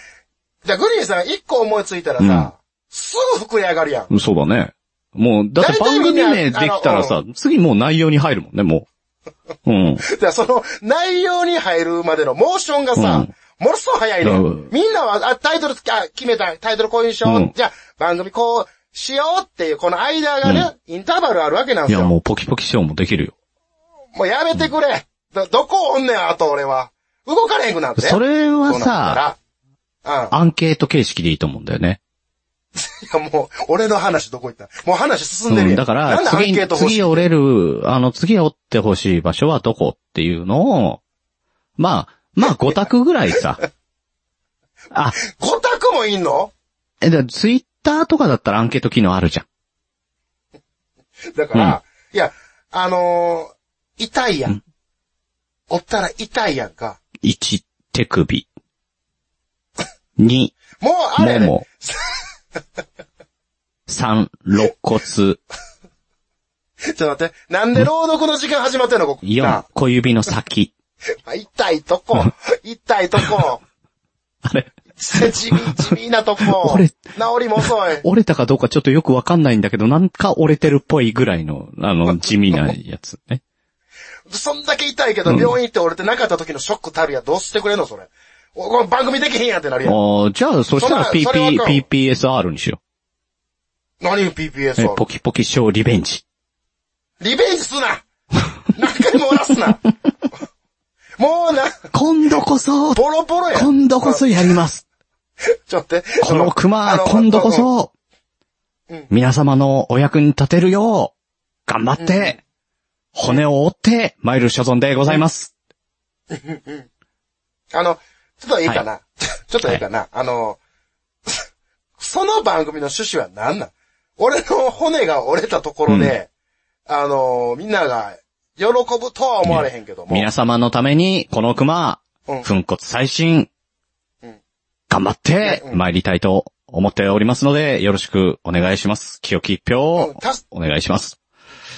S4: じゃあグリーンさん一個思いついたらさ、
S3: うん
S4: すぐ膨れ上がるやん。
S3: そうだね。もう、だって番組名できたら
S4: あ
S3: さ、次もう内容に入るもんね、も う。うん。
S4: だからその内容に入るまでのモーションがさ、ものすごい早いね
S3: うん。
S4: みんなは、あ、タイトルつけ、あ、決めた、タイトルこういうしよう。
S3: うん
S4: じゃあ、番組こうしようっていう、この間がね、インターバルあるわけなんで
S3: い
S4: す
S3: や、
S4: よ。
S3: も
S4: も
S3: うポキポキショーもできるよ。
S4: うやめてくれ。ど、どこおんねん、あと俺は。動かれへんくなって。
S3: それは
S4: こうなった
S3: さ、
S4: ら、うん。
S3: アンケート形式でいいと思うんだよね。
S4: いや、もう、俺の話どこ行ったもう話進んで
S3: う
S4: るや
S3: ん、
S4: ん。
S3: だか
S4: な
S3: ら
S4: ん、でアン
S3: 次
S4: ケー、ト欲しい
S3: 次折れる、あの、次折ってほしい場所はどこっていうのを、まあ、まあ5択ぐらい さ。あ、
S4: 五択もいんの
S3: え、だツイッターとかだったらアンケート機能あるじゃん。
S4: だから、いや、あのー、痛いやん。おったら痛いやんか。
S3: 1、手首。2、
S4: もう、あれや
S3: も
S4: ね、
S3: も。3、肋骨。
S4: ちょっと待って。なんで朗読の時間始まってんのここ。
S3: 4
S4: な、
S3: 小指の先。
S4: あ痛いと こ。痛いとこ。
S3: あれ、
S4: 地味、地味なとこ。
S3: 俺
S4: 治りも遅い。
S3: 折れたかどうかちょっとよくわかんないんだけど、なんか折れてるっぽいぐらいの、あの、地味なやつね。
S4: そんだけ痛いけど、病院行って俺ってなかった時のショックたるや。どうしてくれんのそれ。おこれ番組できへんやんってなるやん。
S3: ああ、じゃあ、そしたら
S4: それはそれはあかん
S3: PP、PPSR にしよ
S4: 何
S3: う。え
S4: PPS を。
S3: ポキポキショーリベンジ。
S4: リベンジすな 何回も漏らすなもうな、
S3: 今度こそ、
S4: ボロボロや。
S3: 今度こそやります。
S4: ちょっと待って。
S3: この
S4: あ
S3: 熊、
S4: の
S3: 今度こ。そ
S4: うん、
S3: 皆様のお役に立てるよう、頑張って、骨を折って、参る所存でございます。
S4: あの、ちょっといいかな。 ちょっといいかな。あの、 その番組の趣旨は何なん俺の骨が折れたところで、あの、みんなが喜ぶとは思われへんけども。
S3: 皆様のために、この熊、
S4: うん
S3: 粉骨最新
S4: うん、
S3: 頑張って、
S4: うん
S3: 参りたいと思っておりますので、よろしくお願いします。清き一票
S4: うん、たす
S3: お願いします。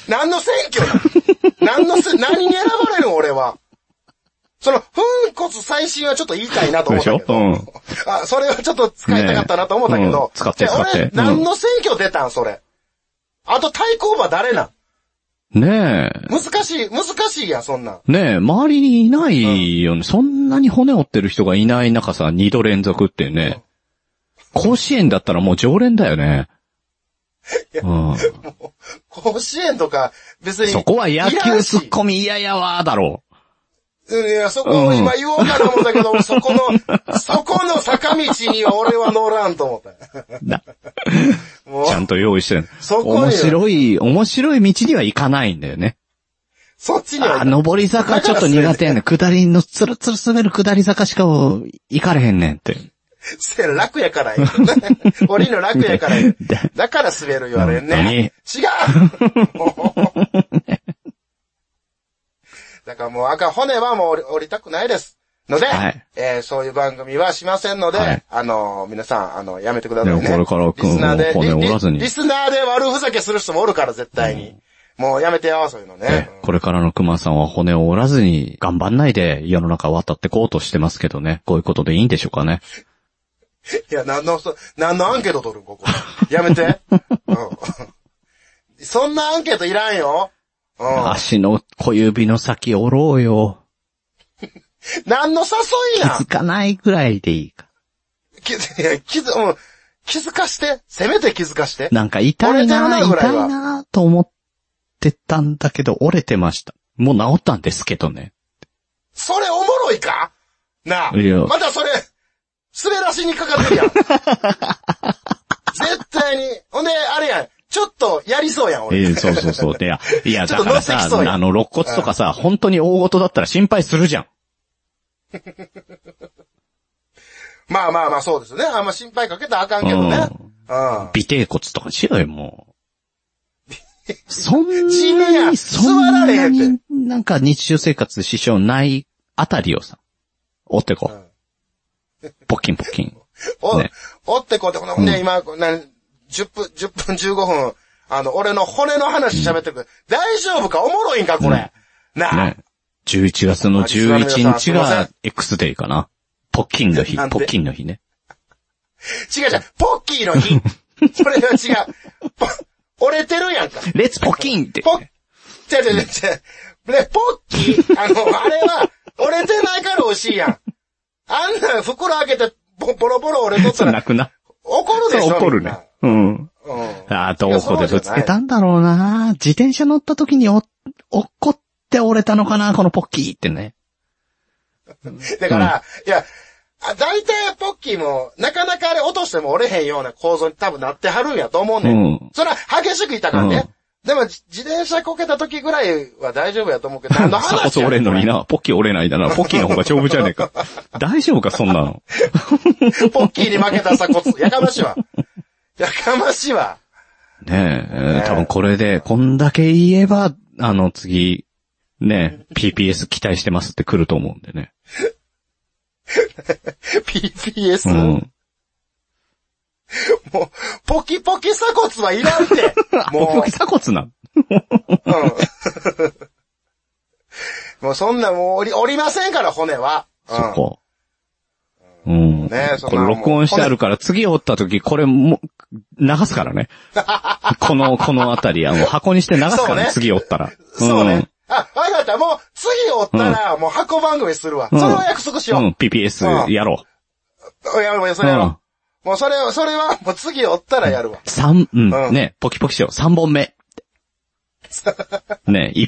S4: 何の選挙 なの何のせ、何に選ばれるん俺は。その、ふんこつ最新はちょっと言いたいなと思ったけど。
S3: でし
S4: あ、それはちょっと使いたかったなと思ったけど。
S3: ねえうん使って
S4: で
S3: 使って
S4: 俺、
S3: うん
S4: 何の選挙出たんそれ。あと対抗馬誰なん
S3: ね
S4: 難しい、難しいやん、そんなん。
S3: え。ねえ、周りにいないよね。そんなに骨折ってる人がいない中さ、二度連続ってね。甲子園だったらもう常連だよね。うん、
S4: 甲子園とか、別に。
S3: そこは野
S4: いら
S3: 球
S4: んし
S3: ツッコミ嫌やわーだろ
S4: うん、いや、そこを今言おうかな思ったけ ど、俺そこの、そこの坂道には俺は乗らんと思った。
S3: な
S4: もう
S3: ち、ゃんと用意してる。
S4: そこよ
S3: 面白い、面白い道には行かないんだよね。
S4: そっちには
S3: あー、上り坂ちょっと苦手やねん。下りのつるつる滑る下り坂しか行かれへんねんって。
S4: せや楽やからや。降りるの楽やか らや。だから滑る言われんね。違うもう だからもう赤骨はもう降り降りたくないです。ので、
S3: はい
S4: えーそういう番組はしませんので、
S3: はい
S4: あのー皆さん、あの、やめてくださいね。
S3: でもこれから
S4: リスナーで、
S3: この
S4: リ
S3: 骨折らずに
S4: リリスナーで悪ふざけする人もおるから、絶対に。もうやめてよ、そういうのね
S3: ね。これからの熊さんは骨を折らずに頑張んないで世の中渡ってこうとしてますけどね。こういうことでいいんでしょうかね。
S4: いや、何の、そ何のアンケート取るんここ。やめて。うん。 そんなアンケートいらんよ。うん。
S3: 足の小指の先折ろうよ。
S4: 何の誘
S3: 気
S4: いや
S3: づかないぐらいでいいか。
S4: ん。いや気づ、うん。気づかして。せめて気づかして。
S3: なんか痛いな
S4: 折れてるなぐらいは
S3: 痛いなと思ってたんだけど折れてました。もう治ったんですけどね。
S4: それおもろいかなあ。
S3: いや
S4: またそれ、滑らしにかかってるやん。絶対に。ほんで、あれやん。ちょっとやりそうやん、俺。
S3: ええそうそう そう。いや、いや、
S4: ちょ
S3: だから
S4: っと乗って
S3: さ
S4: きそう、やん
S3: あの、肋骨とかさ、本当に大事だったら心配するじゃん。
S4: まあまあまあ、そうですね。あんま心配かけたらあかんけどね。うん。
S3: 尾てい骨とかしろよ、もう。そんな
S4: 地面や
S3: に、そん
S4: 座られへ
S3: なん
S4: って
S3: に、なんか日常生活支障ないあたりをさ、折ってこう。ポッキンポッキン。
S4: お、
S3: ね
S4: おってこうって、ほんで、今、な、10分、10分15分、あの、俺の骨の話喋ってくる。大丈夫かおもろいんかこれ。なあ、
S3: ね。11月の11日が X デーかな。ポッキンの日、ポ
S4: なんて
S3: ッキンの日ね。
S4: 違う違う、ポッキーの 日。それは違う。ポ折れてるやんか。
S3: レッツポッキンって。
S4: ポッ、違う違う違う違う。ね、ポッキー、あの、あれは、折れてないから美味しいやん。あんなん袋開けて、ボボロボロ折れとった
S3: そう
S4: ら
S3: な、くな。
S4: 怒るでし
S3: そ
S4: ょ
S3: う、怒る
S4: みん
S3: ね
S4: な。
S3: うん。
S4: うん。
S3: ああ、どこでぶつけたんだろうな。自転車乗った時にお、落っこって折れたのかな、このポッキーってね。
S4: だから、いや、あ大体ポッキーも、なかなかあれ落としても折れへんような構造に多分なってはるんやと思うねん。
S3: うん
S4: それは激しくいたからね。でも、じ自転車こけた時ぐらいは大丈夫や と思うけど、何の
S3: 鎖
S4: 話
S3: 骨折れんのにな、ポッキー折れないだな。ポッキーの方が丈夫じゃねえ か。大丈夫か、そんなの。
S4: ポッキーに負けた鎖骨。やかましいわ。やかまし いわ。
S3: ねえ、
S4: ねえ
S3: 多分これで、こんだけ言えば、あの、次、ねえ、PPS 期待してますって来ると思うんでね。
S4: PPS。
S3: うん。
S4: もう、ポキポキ鎖骨はいら んって。
S3: ポッ
S4: も
S3: キー鎖骨なん
S4: う、うん。もうそんなもう折り、折りませんから、骨は。うん
S3: そこ。うん。
S4: ねえそん
S3: こ
S4: な
S3: れ
S4: もう
S3: 録音してあるから、次折った時、これも、流すからね。 この、このあたりは、もう箱にして流す
S4: そ
S3: か
S4: う
S3: ら
S4: ね
S3: ね、次折ったら。
S4: そうね。
S3: ん。
S4: あ、わかった。もう、次おったら、もう箱番組するわ。
S3: うん
S4: それを約束しよう。
S3: う、
S4: うん
S3: PPS やろ。
S4: ん、やろう、そう
S3: う
S4: れやろう。
S3: ん。
S4: もうそれを、それは、もう次おったらや るわ。
S3: 三、うん、
S4: うん
S3: ね、ポキポキしよう。三本 目。ね、い、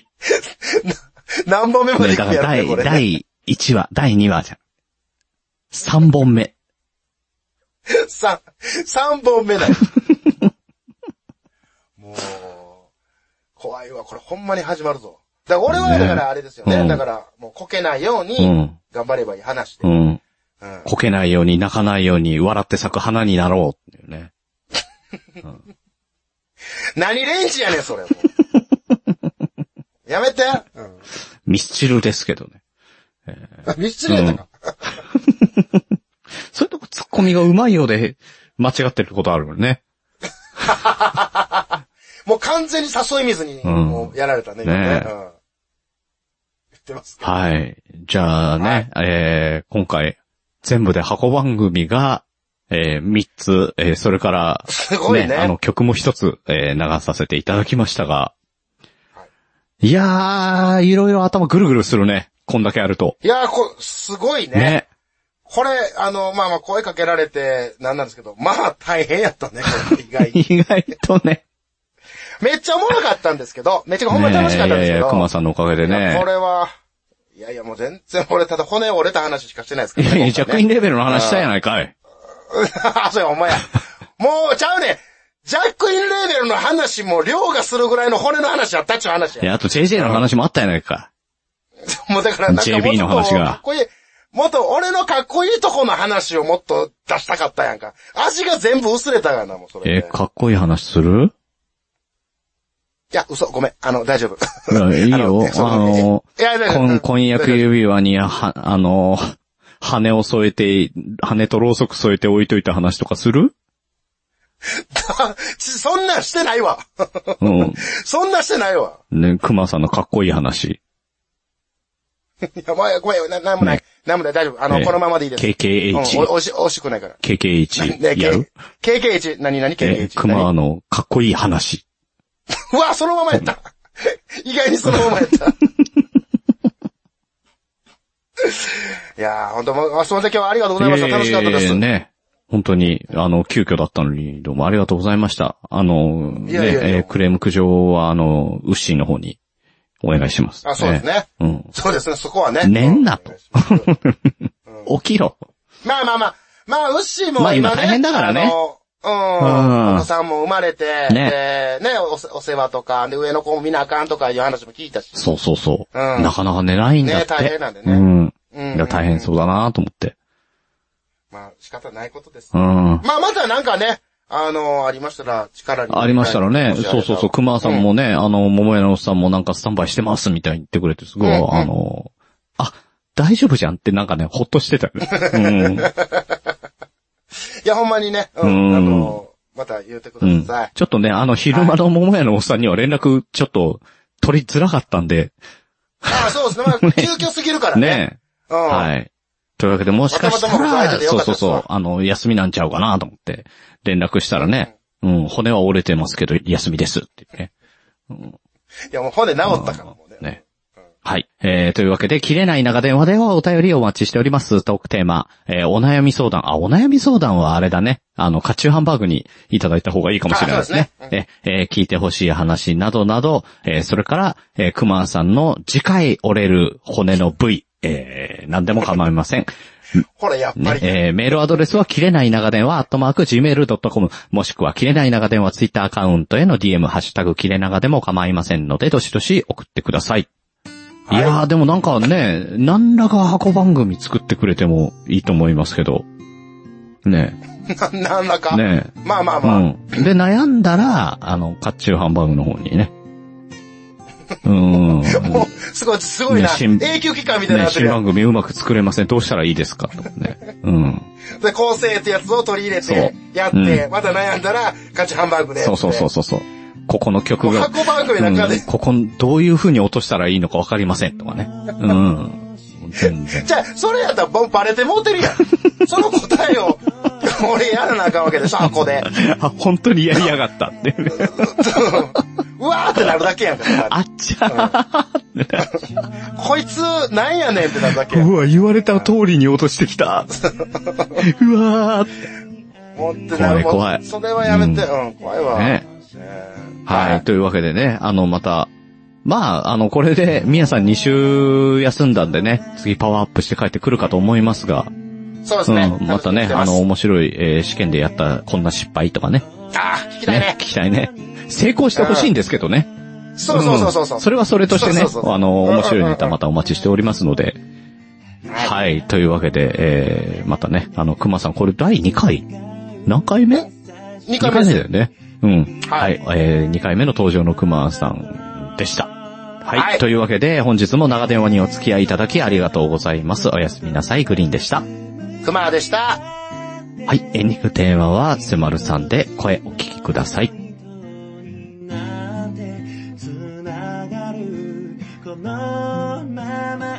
S4: 何本目まで
S3: ね、
S4: いく
S3: だか
S4: や
S3: ら
S4: ろね、こ
S3: 第、
S4: れ。
S3: 第1話、第2話じゃん。三本目。
S4: 三、三本目 だよ。もう、怖いわ。これほんまに始まるぞ。だから俺は、だからあれですよね。
S3: うん
S4: だから、もうこけないよう
S3: う
S4: に、
S3: ん、
S4: 頑張ればいい話で。
S3: うん。
S4: うん
S3: こけないように、泣かないように、笑って咲く花になろうっていうね。
S4: 何レンジやねん、 それ。もうやめて。うん
S3: ミスチルですけどね。
S4: あ、ミスチルやったか。
S3: そういうとこツッコミがうまいようで、間違ってることあるもんね。
S4: もう完全に誘い水に、
S3: うん
S4: もうやられたね、今
S3: ね
S4: ね。
S3: え
S4: うん言ってますけど。
S3: はい。じゃあね、えー、今回、全部で箱番組が、えー、3つ、えー、それから、
S4: すごいね
S3: あの、曲も一つ、えー、流させていただきましたが、いやー、いろいろ頭ぐるぐるするね。こんだけあると。
S4: いやー、こ、すごいね。
S3: ね。
S4: これ、あの、まあまあ声かけられて、なんなんですけど、まあ大変やったね、これ意外 に。
S3: 意外とね。
S4: めっちゃおもろかったんですけど、めっちゃほんま楽しかったん
S3: ね
S4: で
S3: えい
S4: す
S3: や
S4: け
S3: い
S4: ど。
S3: や、熊さんのおかげで
S4: いや
S3: ね
S4: こ。れは、いやいやもう全然俺ただ骨折れた話しかしてないです
S3: い
S4: から
S3: や
S4: ね。
S3: いや、ジャッ
S4: 今
S3: ク
S4: 回
S3: イン
S4: ね
S3: レベルの話したやないかい。
S4: あ、そうや、お前や。もう、ちゃうねんジャックインレーベルの話も、量がするぐらいの骨の話やったっちゅう話
S3: い
S4: や。
S3: や、あと JJ の話もあったやないか。
S4: もうだから、なんかもっと
S3: JB の話が
S4: かっこいい。もっと俺のかっこいいとこの話をもっと出したかったやんか。味が全部薄れたがな、もうそれ
S3: え
S4: で。
S3: ー、かっこいい話する
S4: いや、嘘、ごめん。あの、大丈夫。
S3: いやいい
S4: あ
S3: よ
S4: の。その
S3: あの、
S4: いや、大丈
S3: 婚
S4: 夫
S3: 婚約指輪に、は、あの、羽を添えて、羽とろうそく添えて置いといた話とかす る
S4: そんなんしてないわ。
S3: うん。
S4: そんなんしてないわ。
S3: ね、熊さんのかっこいい話。
S4: いや、まあ、ごめん、な、なんもない
S3: ね。
S4: なんもない、大丈夫。あの、
S3: え
S4: このままでいいです。うん、お
S3: KKH。
S4: おし、惜しくないから。ね、
S3: KKH。やる
S4: K、KKH、何何
S3: え
S4: ?KKH。、
S3: 熊のかっこいい話。
S4: うわ、そのまま やった。意外にそのままやった。い やー、ほんと、もうすみません、今日はありがとうございました。楽しかったで
S3: え
S4: す。
S3: ーね。本当に、あの、急遽だったのに、どうもありがとうございました。あの、ね、
S4: いやいやいや
S3: えークレーム苦情は、あの、ウッシーの方にお願いします。
S4: あ、そうです。ね。
S3: うん。
S4: そうですね、そこはね。
S3: 寝んなと
S4: うん。
S3: 起きろ。
S4: まあまあまあ、まあ、ウッシーも
S3: まあ今
S4: ね
S3: 大変だからね
S4: あの
S3: うん
S4: うん。お子さんも生まれて、
S3: ね
S4: で、ね、お世お世話とか、で、上の子も見なあかんとかいう話も聞いたし。
S3: そうそうそう。
S4: うん
S3: なかなか寝ないんだって。
S4: ね大変なんで
S3: う
S4: ね。
S3: ん。
S4: うん
S3: いや、大変そうだなと思って。
S4: まあ、仕方ないことです
S3: う。ん。
S4: まあ、またなんかね、あの、ありましたら、力に。
S3: ありましたらね、
S4: もしあれ
S3: そう
S4: ば
S3: そうそう、熊さんもね、あの、桃屋のおっさんもなんかスタンバイしてますみたいに言ってくれて、すごい、
S4: うんうん
S3: あの、あ、大丈夫じゃんってなんかね、ほっとしてたよ ね。
S4: いや、ほんまにね、う
S3: うん
S4: ん、あの、また言ってく
S3: う
S4: だ
S3: ん。うん。
S4: さい。
S3: ちょっとね、あの、昼間の桃屋のおっさんには連絡、ちょっと、取りづらかったんで、
S4: ああ、そうですね。まあ、急遽すぎるから ね。
S3: ね。
S4: うん。
S3: はい。というわけで、もしかした
S4: またまたも
S3: ら、
S4: う大丈夫でよ
S3: そう
S4: かっ
S3: そ
S4: た
S3: う
S4: です
S3: そう、あの、休みなんちゃうかなと思って、連絡したらね、うん、骨は折れてますけど、休みですっていうね。
S4: いや、もう骨治ったからもうね。
S3: ね。はい。えー、というわけで、切れない長電話ではお便りをお待ちしております。トークテーマ、えー、お悩み相談。あ、お悩み相談はあれだね。あの、カチューハンバーグにいただいた方がいいかもしれないですね。
S4: あそう
S3: え、えー聞いてほしい話などなど、えー、それから、えー、熊さんの次回折れる骨の部位、えー、何でも構いません。
S4: ほら、やっぱ
S3: ね
S4: り。
S3: えーメールアドレスは、切れない長電話、アットマーク、gmail.com、もしくは、切れない長電話、ツイッターアカウントへの DM、ハッシュタグ、切れ長でも構いませんので、どしどし送ってください。い、やー、でもなんかね、何らか箱番組作ってくれてもいいと思いますけど。ね
S4: な なんだか。
S3: ね
S4: まあまあ
S3: う
S4: まあ。
S3: ん。で、悩んだら、あの、甲冑ハンバーグの方にね。 うん。
S4: もう、すごい、すごいな。
S3: ね新
S4: 永久期間みたいに
S3: ね、
S4: なって
S3: 新
S4: るやん
S3: 番組うまく作れません。どうしたらいいですかとかね。うん。
S4: で、構成ってやつを取り入れて、や
S3: う
S4: って、また悩んだら、勝ちハンバーグで。
S3: そうそうそうそうそう。ここの曲
S4: もう
S3: が、
S4: 箱番組なんか
S3: うん
S4: で。
S3: ここ、どういう風に落としたらいいのかわかりませんとかね。うん。全然。
S4: じゃあ、それやったら、もうバレてもうてる やん。その答えを、俺やらなあかんわけでしょ、箱で。
S3: あ、本当にやりやがったって。
S4: うわーってなるだけやんか。
S3: あっちゃ
S4: こいつ、なんやねんってなるだけや
S3: ー。
S4: ん。
S3: うわ、言われた通りに落としてき た。うわーって
S4: もうってな
S3: 怖
S4: る
S3: い怖い
S4: もうそれはやめて、うん、怖いわ。
S3: ね。
S4: えー
S3: はい。。というわけでね、あの、また、まあ、あの、これで、みやさん2週休んだんでね、次パワーアップして帰ってくるかと思いますが、
S4: そうです
S3: う
S4: ね。
S3: ん、またね、あ
S4: 楽し
S3: の、
S4: みに
S3: 面白い、えー試験でやったこんな失敗とかね、
S4: してます、あー聞きたい
S3: ね
S4: ね、
S3: 聞。きたいね。成功してほしいんですけどね。
S4: そうそうそうそうそう。
S3: んそれはそれとしてね
S4: そうそう、そう
S3: あの、面白いネ
S4: うんうんう
S3: タ
S4: ん
S3: またお待ちしておりますので、はい、というわけで、えー、またね、あの、熊さん、これ第2回何回目
S4: 二
S3: ?2
S4: 回目です
S3: だよね。うん。は
S4: はい
S3: い、えー、2回目の登場の熊さんでした。はい、
S4: はい
S3: というわけで、本日も長電話にお付き合いいただきありがとうございます。おやすみなさい、グリーンでした。
S4: クマでした。
S3: はい、エンディングテーマは、スマルさんで声お聞きください。
S5: 「このまま